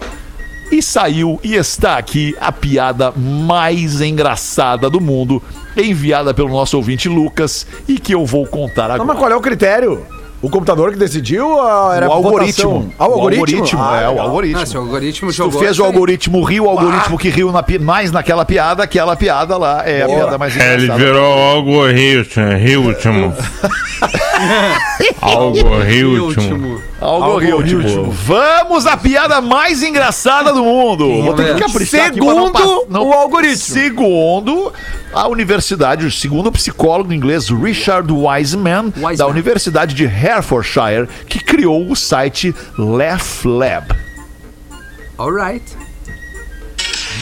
[SPEAKER 7] e saiu e está aqui a piada mais engraçada do mundo, enviada pelo nosso ouvinte Lucas e que eu vou contar
[SPEAKER 8] Não,
[SPEAKER 7] agora.
[SPEAKER 8] mas qual é o critério? O computador que decidiu ou era
[SPEAKER 7] o algoritmo.
[SPEAKER 8] votação? Ah, o algoritmo. Ah,
[SPEAKER 7] é, o
[SPEAKER 8] legal.
[SPEAKER 7] algoritmo.
[SPEAKER 1] Ah, se o algoritmo
[SPEAKER 7] Tu
[SPEAKER 1] jogou.
[SPEAKER 7] fez o
[SPEAKER 1] isso aí.
[SPEAKER 7] algoritmo riu, o algoritmo
[SPEAKER 8] Ah.
[SPEAKER 7] que riu na pi- mais naquela piada, aquela piada lá é a piada mais
[SPEAKER 9] É, ele
[SPEAKER 7] engraçada.
[SPEAKER 9] virou algo ritmo, ritmo. algo ritmo.
[SPEAKER 1] Último.
[SPEAKER 7] Algoritmo. tipo, Vamos à piada mais engraçada do mundo. Vou ter
[SPEAKER 1] ver.
[SPEAKER 7] que caprichar aqui pra não
[SPEAKER 8] Segundo
[SPEAKER 7] pa- não-
[SPEAKER 8] o algoritmo.
[SPEAKER 7] Segundo a universidade, segundo o psicólogo inglês Richard Wiseman,
[SPEAKER 1] Wiseman.
[SPEAKER 7] da Universidade de Herefordshire, que criou o site Laugh Lab.
[SPEAKER 1] Alright.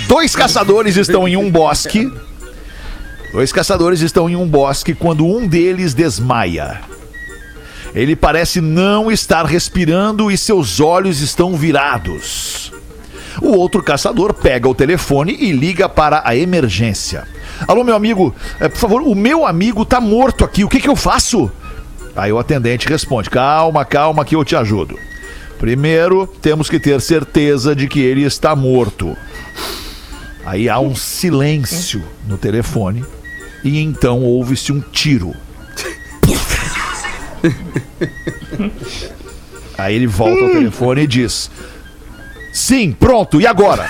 [SPEAKER 7] Dois caçadores estão em um bosque. Dois caçadores estão em um bosque quando um deles desmaia. Ele parece não estar respirando e seus olhos estão virados. O outro caçador pega o telefone e liga para a emergência. Alô, meu amigo, eh, por favor, o meu amigo tá morto aqui, o que, que eu faço? Aí o atendente responde: calma, calma, que eu te ajudo. Primeiro, temos que ter certeza de que ele está morto. Aí há um silêncio no telefone e então ouve-se um tiro. Aí ele volta ao telefone e diz: Sim, pronto, e agora?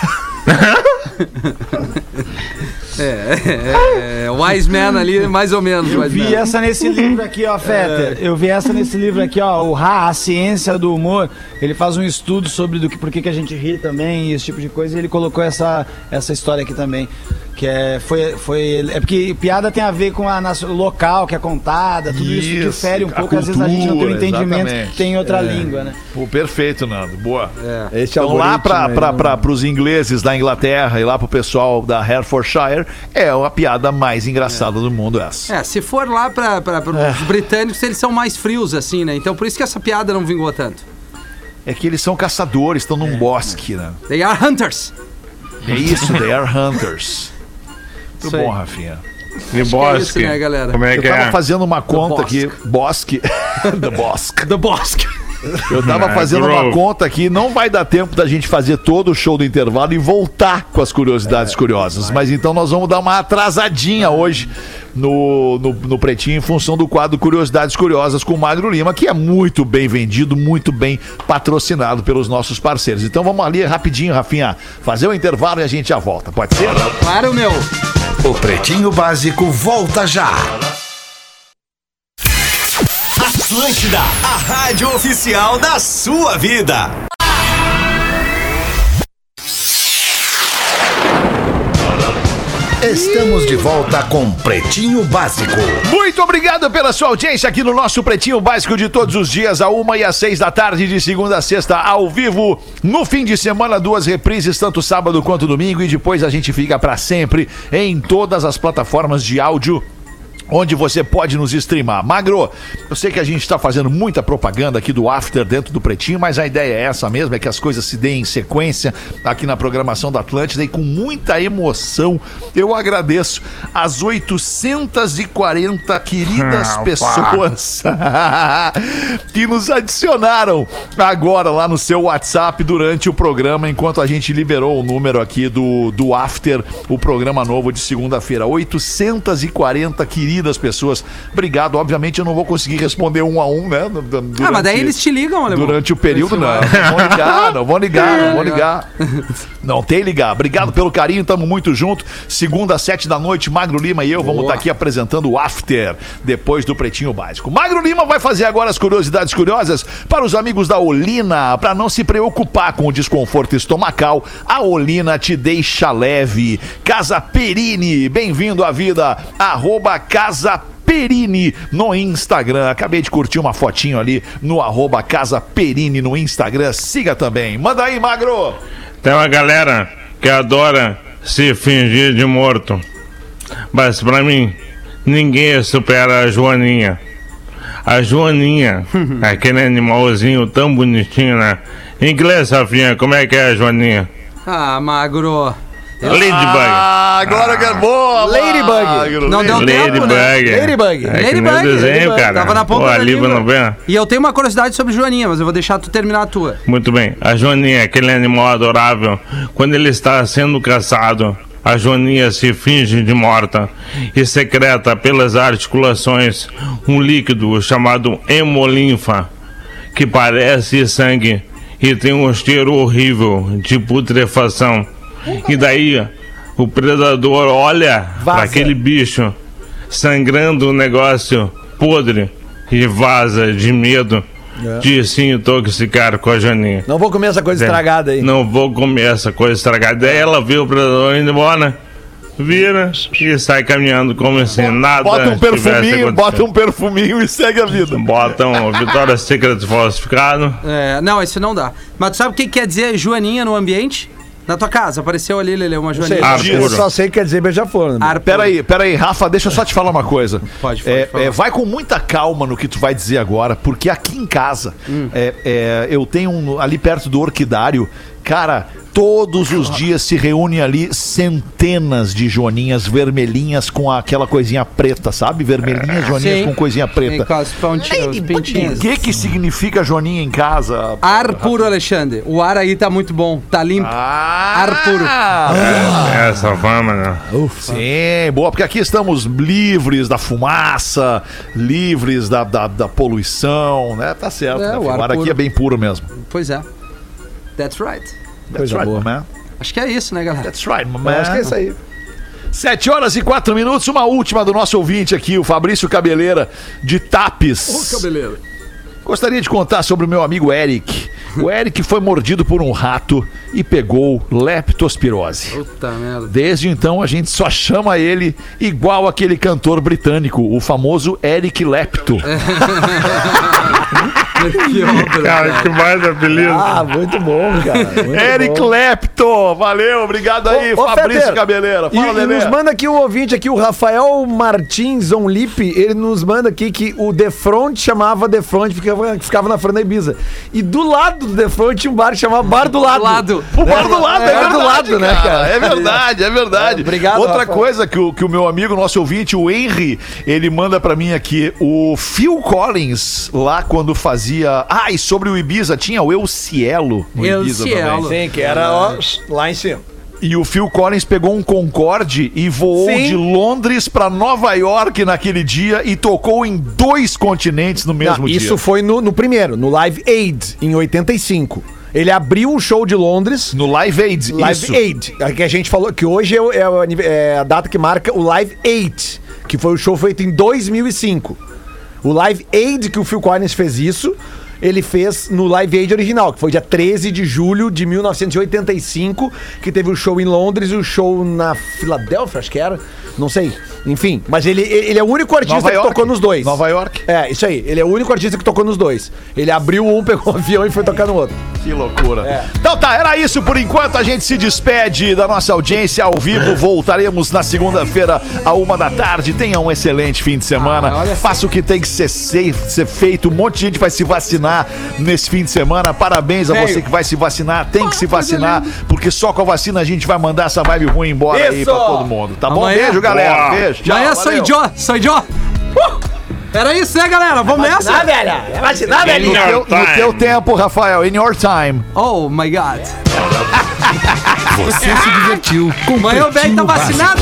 [SPEAKER 1] É, é,
[SPEAKER 7] *laughs*
[SPEAKER 1] Wise Man ali, mais ou menos.
[SPEAKER 4] Eu
[SPEAKER 1] wise
[SPEAKER 4] vi
[SPEAKER 1] man.
[SPEAKER 4] essa nesse livro aqui, ó,
[SPEAKER 7] É.
[SPEAKER 4] Fetter. Eu vi essa nesse livro aqui, ó, o Ra, a ciência do humor. Ele faz um estudo sobre do que, por que, que a gente ri também e esse tipo de coisa. E ele colocou essa, essa história aqui também. Que é, foi, foi, é porque piada tem a ver com a, nacio- o local que é contada, tudo isso,
[SPEAKER 7] Isso,
[SPEAKER 4] difere um
[SPEAKER 7] a
[SPEAKER 4] pouco. Às vezes a gente não tem o
[SPEAKER 7] cultura,
[SPEAKER 4] entendimento,
[SPEAKER 7] exatamente. É.
[SPEAKER 4] tem outra língua, né?
[SPEAKER 7] Pô, perfeito, Nando. Boa.
[SPEAKER 1] É.
[SPEAKER 6] Esse
[SPEAKER 7] Então, lá
[SPEAKER 6] algoritmo aí, né?
[SPEAKER 7] para os ingleses da Inglaterra e lá pro pessoal da Herefordshire, é a piada mais engraçada do mundo essa.
[SPEAKER 1] É, se for lá para
[SPEAKER 7] É.
[SPEAKER 1] os britânicos, eles são mais frios, assim, né? Então por isso que essa piada não vingou tanto.
[SPEAKER 7] É que eles são caçadores, estão
[SPEAKER 1] É.
[SPEAKER 7] num bosque, né?
[SPEAKER 1] They are hunters.
[SPEAKER 7] É isso, they are hunters. Muito
[SPEAKER 1] aí.
[SPEAKER 7] bom, Rafinha.
[SPEAKER 9] De
[SPEAKER 1] é isso,
[SPEAKER 9] bosque.
[SPEAKER 1] né, galera?
[SPEAKER 9] Como é
[SPEAKER 7] Eu
[SPEAKER 9] que
[SPEAKER 7] tava
[SPEAKER 9] é?
[SPEAKER 7] fazendo uma conta aqui. Bosque. *laughs* The Bosque.
[SPEAKER 9] *laughs*
[SPEAKER 1] The Bosque.
[SPEAKER 7] Eu tava
[SPEAKER 9] Ah,
[SPEAKER 7] fazendo uma
[SPEAKER 9] bro.
[SPEAKER 7] conta aqui, não vai dar tempo da gente fazer todo o show do intervalo e voltar com as curiosidades
[SPEAKER 9] É,
[SPEAKER 7] curiosas. Mas então nós vamos dar uma atrasadinha hoje no, no, no Pretinho em função do quadro Curiosidades Curiosas com o Magro Lima, que é muito bem vendido, muito bem patrocinado pelos nossos parceiros. Então vamos ali rapidinho, Rafinha, fazer o intervalo e a gente já volta. Pode ser?
[SPEAKER 1] Claro, meu.
[SPEAKER 11] O Pretinho Básico volta já.
[SPEAKER 12] Atlântida, a rádio oficial da sua vida.
[SPEAKER 11] Estamos de volta com Pretinho Básico.
[SPEAKER 7] Muito obrigado pela sua audiência aqui no nosso Pretinho Básico de todos os dias, a uma e às seis da tarde, de segunda a sexta, ao vivo. No fim de semana, duas reprises, tanto sábado quanto domingo, e depois a gente fica pra sempre em todas as plataformas de áudio. Onde você pode nos streamar. Magro, eu sei que a gente está fazendo muita propaganda aqui do After dentro do Pretinho, mas a ideia é essa mesmo, é que as coisas se deem em sequência aqui na programação da Atlântida e com muita emoção eu agradeço as 840 queridas
[SPEAKER 9] Ah,
[SPEAKER 7] pessoas *laughs* que nos adicionaram agora lá no seu WhatsApp durante o programa, enquanto a gente liberou o número aqui do, do After, o programa novo de segunda-feira. 840 queridas pessoas. Obrigado. Obviamente eu não vou conseguir responder um a um, né? du- du-
[SPEAKER 1] Ah, mas daí
[SPEAKER 7] durante-
[SPEAKER 1] eles te ligam, alemão.
[SPEAKER 7] Durante o período, não. Não vão ligar, não vão ligar, não vão ligar. Não tem ligar. Obrigado pelo carinho, tamo muito junto. Segunda, às sete da noite, Magro Lima e eu vamos estar aqui apresentando o After, depois do Pretinho Básico. Magro Lima vai fazer agora as curiosidades curiosas para os amigos da Olina. Para não se preocupar com o desconforto estomacal, a Olina te deixa leve. Casa Perini, bem-vindo à vida. Arroba Casa Perini. Perini no Instagram. Acabei de curtir uma fotinho ali no arroba Casa Perini no Instagram. Siga também. Manda aí, Magro.
[SPEAKER 9] Tem uma galera que adora se fingir de morto. Mas pra mim, ninguém supera a Joaninha.
[SPEAKER 1] *laughs*
[SPEAKER 9] A Joaninha, é aquele animalzinho tão bonitinho, né? Em inglês, Rafinha, como é que é a Joaninha?
[SPEAKER 1] Ah, magro.
[SPEAKER 9] Ladybug.
[SPEAKER 7] Ah, agora que é boa,
[SPEAKER 6] Ladybug.
[SPEAKER 7] Magro.
[SPEAKER 1] Não deu tempo, né?
[SPEAKER 9] Ladybug.
[SPEAKER 6] Ladybug.
[SPEAKER 9] É que nem
[SPEAKER 1] Ladybug,
[SPEAKER 9] desenho,
[SPEAKER 1] Ladybug.
[SPEAKER 9] cara.
[SPEAKER 1] Tava na ponta
[SPEAKER 9] Pô,
[SPEAKER 1] da
[SPEAKER 9] a Liva
[SPEAKER 1] língua.
[SPEAKER 9] não vem.
[SPEAKER 1] E eu tenho uma curiosidade sobre Joaninha, mas eu vou deixar tu terminar a tua.
[SPEAKER 9] Muito bem. A Joaninha, é aquele animal adorável, quando ele está sendo caçado, a Joaninha se finge de morta e secreta pelas articulações um líquido chamado hemolinfa, que parece sangue e tem um cheiro horrível de putrefação. E daí o predador olha para aquele bicho sangrando o negócio podre e vaza de medo
[SPEAKER 7] É.
[SPEAKER 9] de se intoxicar com a Janinha.
[SPEAKER 6] Não vou comer essa coisa estragada aí.
[SPEAKER 9] Não vou comer essa coisa estragada. Daí ela vê o predador indo embora, vira e sai caminhando como se nada
[SPEAKER 7] Bota um
[SPEAKER 9] tivesse
[SPEAKER 7] perfuminho,
[SPEAKER 9] acontecido.
[SPEAKER 7] bota um perfuminho e segue a vida. *laughs*
[SPEAKER 9] Bota um Vitória Secret falsificado.
[SPEAKER 1] É, não, isso não dá. Mas tu sabe o que quer dizer Joaninha no ambiente? Na tua casa, apareceu ali, Lele, uma Joaninha.
[SPEAKER 6] Sei,
[SPEAKER 9] Ah,
[SPEAKER 6] eu
[SPEAKER 9] puro.
[SPEAKER 6] só sei que quer dizer beija-flor. Né?
[SPEAKER 1] Ar-
[SPEAKER 7] Peraí, peraí, Rafa, deixa eu só te falar uma coisa.
[SPEAKER 1] Pode, pode
[SPEAKER 7] é,
[SPEAKER 1] falar.
[SPEAKER 7] é, Vai com muita calma no que tu vai dizer agora, porque aqui em casa
[SPEAKER 1] Hum.
[SPEAKER 7] é, é, eu tenho um, ali perto do orquidário, cara, todos os dias se reúnem ali centenas de joaninhas vermelhinhas com aquela coisinha preta, sabe? Vermelhinhas, joaninhas
[SPEAKER 1] Ah, Sim.
[SPEAKER 7] com coisinha
[SPEAKER 1] Tem com
[SPEAKER 7] preta.
[SPEAKER 1] as pontinhas, os
[SPEAKER 7] O
[SPEAKER 1] pintinhos.
[SPEAKER 7] que que significa joaninha em casa?
[SPEAKER 1] Ar puro, Alexandre. O ar aí tá muito bom, tá limpo.
[SPEAKER 7] Ah,
[SPEAKER 1] Ar puro.
[SPEAKER 9] É, Essa fama, né?
[SPEAKER 7] Sim, boa, porque aqui estamos livres da fumaça, livres da, da, da poluição, né? Tá certo.
[SPEAKER 1] É,
[SPEAKER 7] né?
[SPEAKER 1] o
[SPEAKER 7] filho?
[SPEAKER 1] ar
[SPEAKER 7] O ar aqui
[SPEAKER 1] puro.
[SPEAKER 7] é bem puro mesmo.
[SPEAKER 1] Pois é. That's right.
[SPEAKER 7] That's right, man.
[SPEAKER 1] Acho que é isso, né, galera?
[SPEAKER 7] That's right, man.
[SPEAKER 6] Acho que é isso aí.
[SPEAKER 7] Sete horas e quatro minutos, uma última do nosso ouvinte aqui, o Fabrício Cabeleira, de Tapes.
[SPEAKER 1] Cabeleira.
[SPEAKER 7] Gostaria de contar sobre o meu amigo Eric. O Eric foi mordido por um rato e pegou leptospirose.
[SPEAKER 1] Puta merda.
[SPEAKER 7] Desde então a gente só chama ele igual aquele cantor britânico, o famoso Eric Lepto.
[SPEAKER 6] É.
[SPEAKER 1] Que obra.
[SPEAKER 9] Cara, que mais apelido.
[SPEAKER 6] Ah, muito bom, cara. muito
[SPEAKER 7] Eric
[SPEAKER 6] bom.
[SPEAKER 7] Lepto, valeu, obrigado aí,
[SPEAKER 6] Ô, ô,
[SPEAKER 7] Fabrício
[SPEAKER 6] Fetter,
[SPEAKER 7] Cabeleira.
[SPEAKER 6] E,
[SPEAKER 7] Fala,
[SPEAKER 6] e
[SPEAKER 7] Lelê.
[SPEAKER 6] nos manda aqui o ouvinte aqui, o Rafael Martins Onlipe, ele nos manda aqui que o Defront chamava Defront porque ficava na Frana Ibiza. E do lado do Defront tinha um bar que chamava Bar do Lado.
[SPEAKER 1] Lado.
[SPEAKER 7] O bar do lado, é,
[SPEAKER 6] É, bar
[SPEAKER 7] verdade,
[SPEAKER 6] do lado,
[SPEAKER 7] cara.
[SPEAKER 6] né, cara?
[SPEAKER 7] É verdade, é verdade.
[SPEAKER 6] É, obrigado,
[SPEAKER 7] Outra
[SPEAKER 6] Rafa.
[SPEAKER 7] coisa que o, que o meu amigo, nosso ouvinte, o Henry, ele manda pra mim aqui, o Phil Collins, lá quando fazia... Ah, e sobre o Ibiza, tinha o Eu Cielo no
[SPEAKER 1] Eu
[SPEAKER 7] Ibiza
[SPEAKER 1] Cielo.
[SPEAKER 7] também.
[SPEAKER 6] Sim, que era ó, lá em cima.
[SPEAKER 7] E o Phil Collins pegou um Concorde e voou
[SPEAKER 6] Sim.
[SPEAKER 7] de Londres pra Nova York naquele dia e tocou em dois continentes no mesmo
[SPEAKER 6] Não,
[SPEAKER 7] dia.
[SPEAKER 6] Ah, Isso foi no, no primeiro, no Live Aid, em 85. Ele abriu o show de Londres.
[SPEAKER 7] No Live Aid,
[SPEAKER 6] Live
[SPEAKER 7] isso.
[SPEAKER 6] Aid, a que a gente falou que hoje é, o- é o anive- é a data que marca o Live Aid, que foi o show feito em 2005. O Live Aid que o Phil Collins fez isso, ele fez no Live Aid original, que foi dia 13 de julho de 1985, que teve o show em Londres e o show na Filadélfia, acho que era, não sei. Enfim, mas ele, ele é o único artista
[SPEAKER 7] Nova
[SPEAKER 6] que
[SPEAKER 7] York.
[SPEAKER 6] tocou nos dois.
[SPEAKER 7] Nova York.
[SPEAKER 6] É, isso aí. Ele é o único artista que tocou nos dois. Ele abriu um, pegou o avião e foi tocar no outro.
[SPEAKER 7] Que loucura. Então tá, era isso por enquanto. A gente se despede da nossa audiência ao vivo. Voltaremos na segunda-feira, à uma da tarde. Tenha um excelente fim de semana. Faça o que tem que ser, se- ser feito. Um monte de gente vai se vacinar nesse fim de semana. Parabéns a você que vai se vacinar. Tem que se vacinar, porque só com a vacina a gente vai mandar essa vibe ruim embora aí pra todo mundo. Tá bom?
[SPEAKER 1] Amanhã.
[SPEAKER 7] Beijo, galera.
[SPEAKER 9] Boa.
[SPEAKER 7] Beijo. Tchau.
[SPEAKER 1] Amanhã é sou
[SPEAKER 7] valeu.
[SPEAKER 1] Jó, sou Jó. Uh! Era isso, né, galera? Vamos nessa?
[SPEAKER 7] Ah, No teu, no
[SPEAKER 9] tá,
[SPEAKER 7] teu tempo, Rafael. In your time.
[SPEAKER 1] Oh my god.
[SPEAKER 13] Você se divertiu com
[SPEAKER 1] *laughs* Amanhã o velho
[SPEAKER 13] Pretinho
[SPEAKER 1] tá
[SPEAKER 13] Básico.
[SPEAKER 1] vacinado?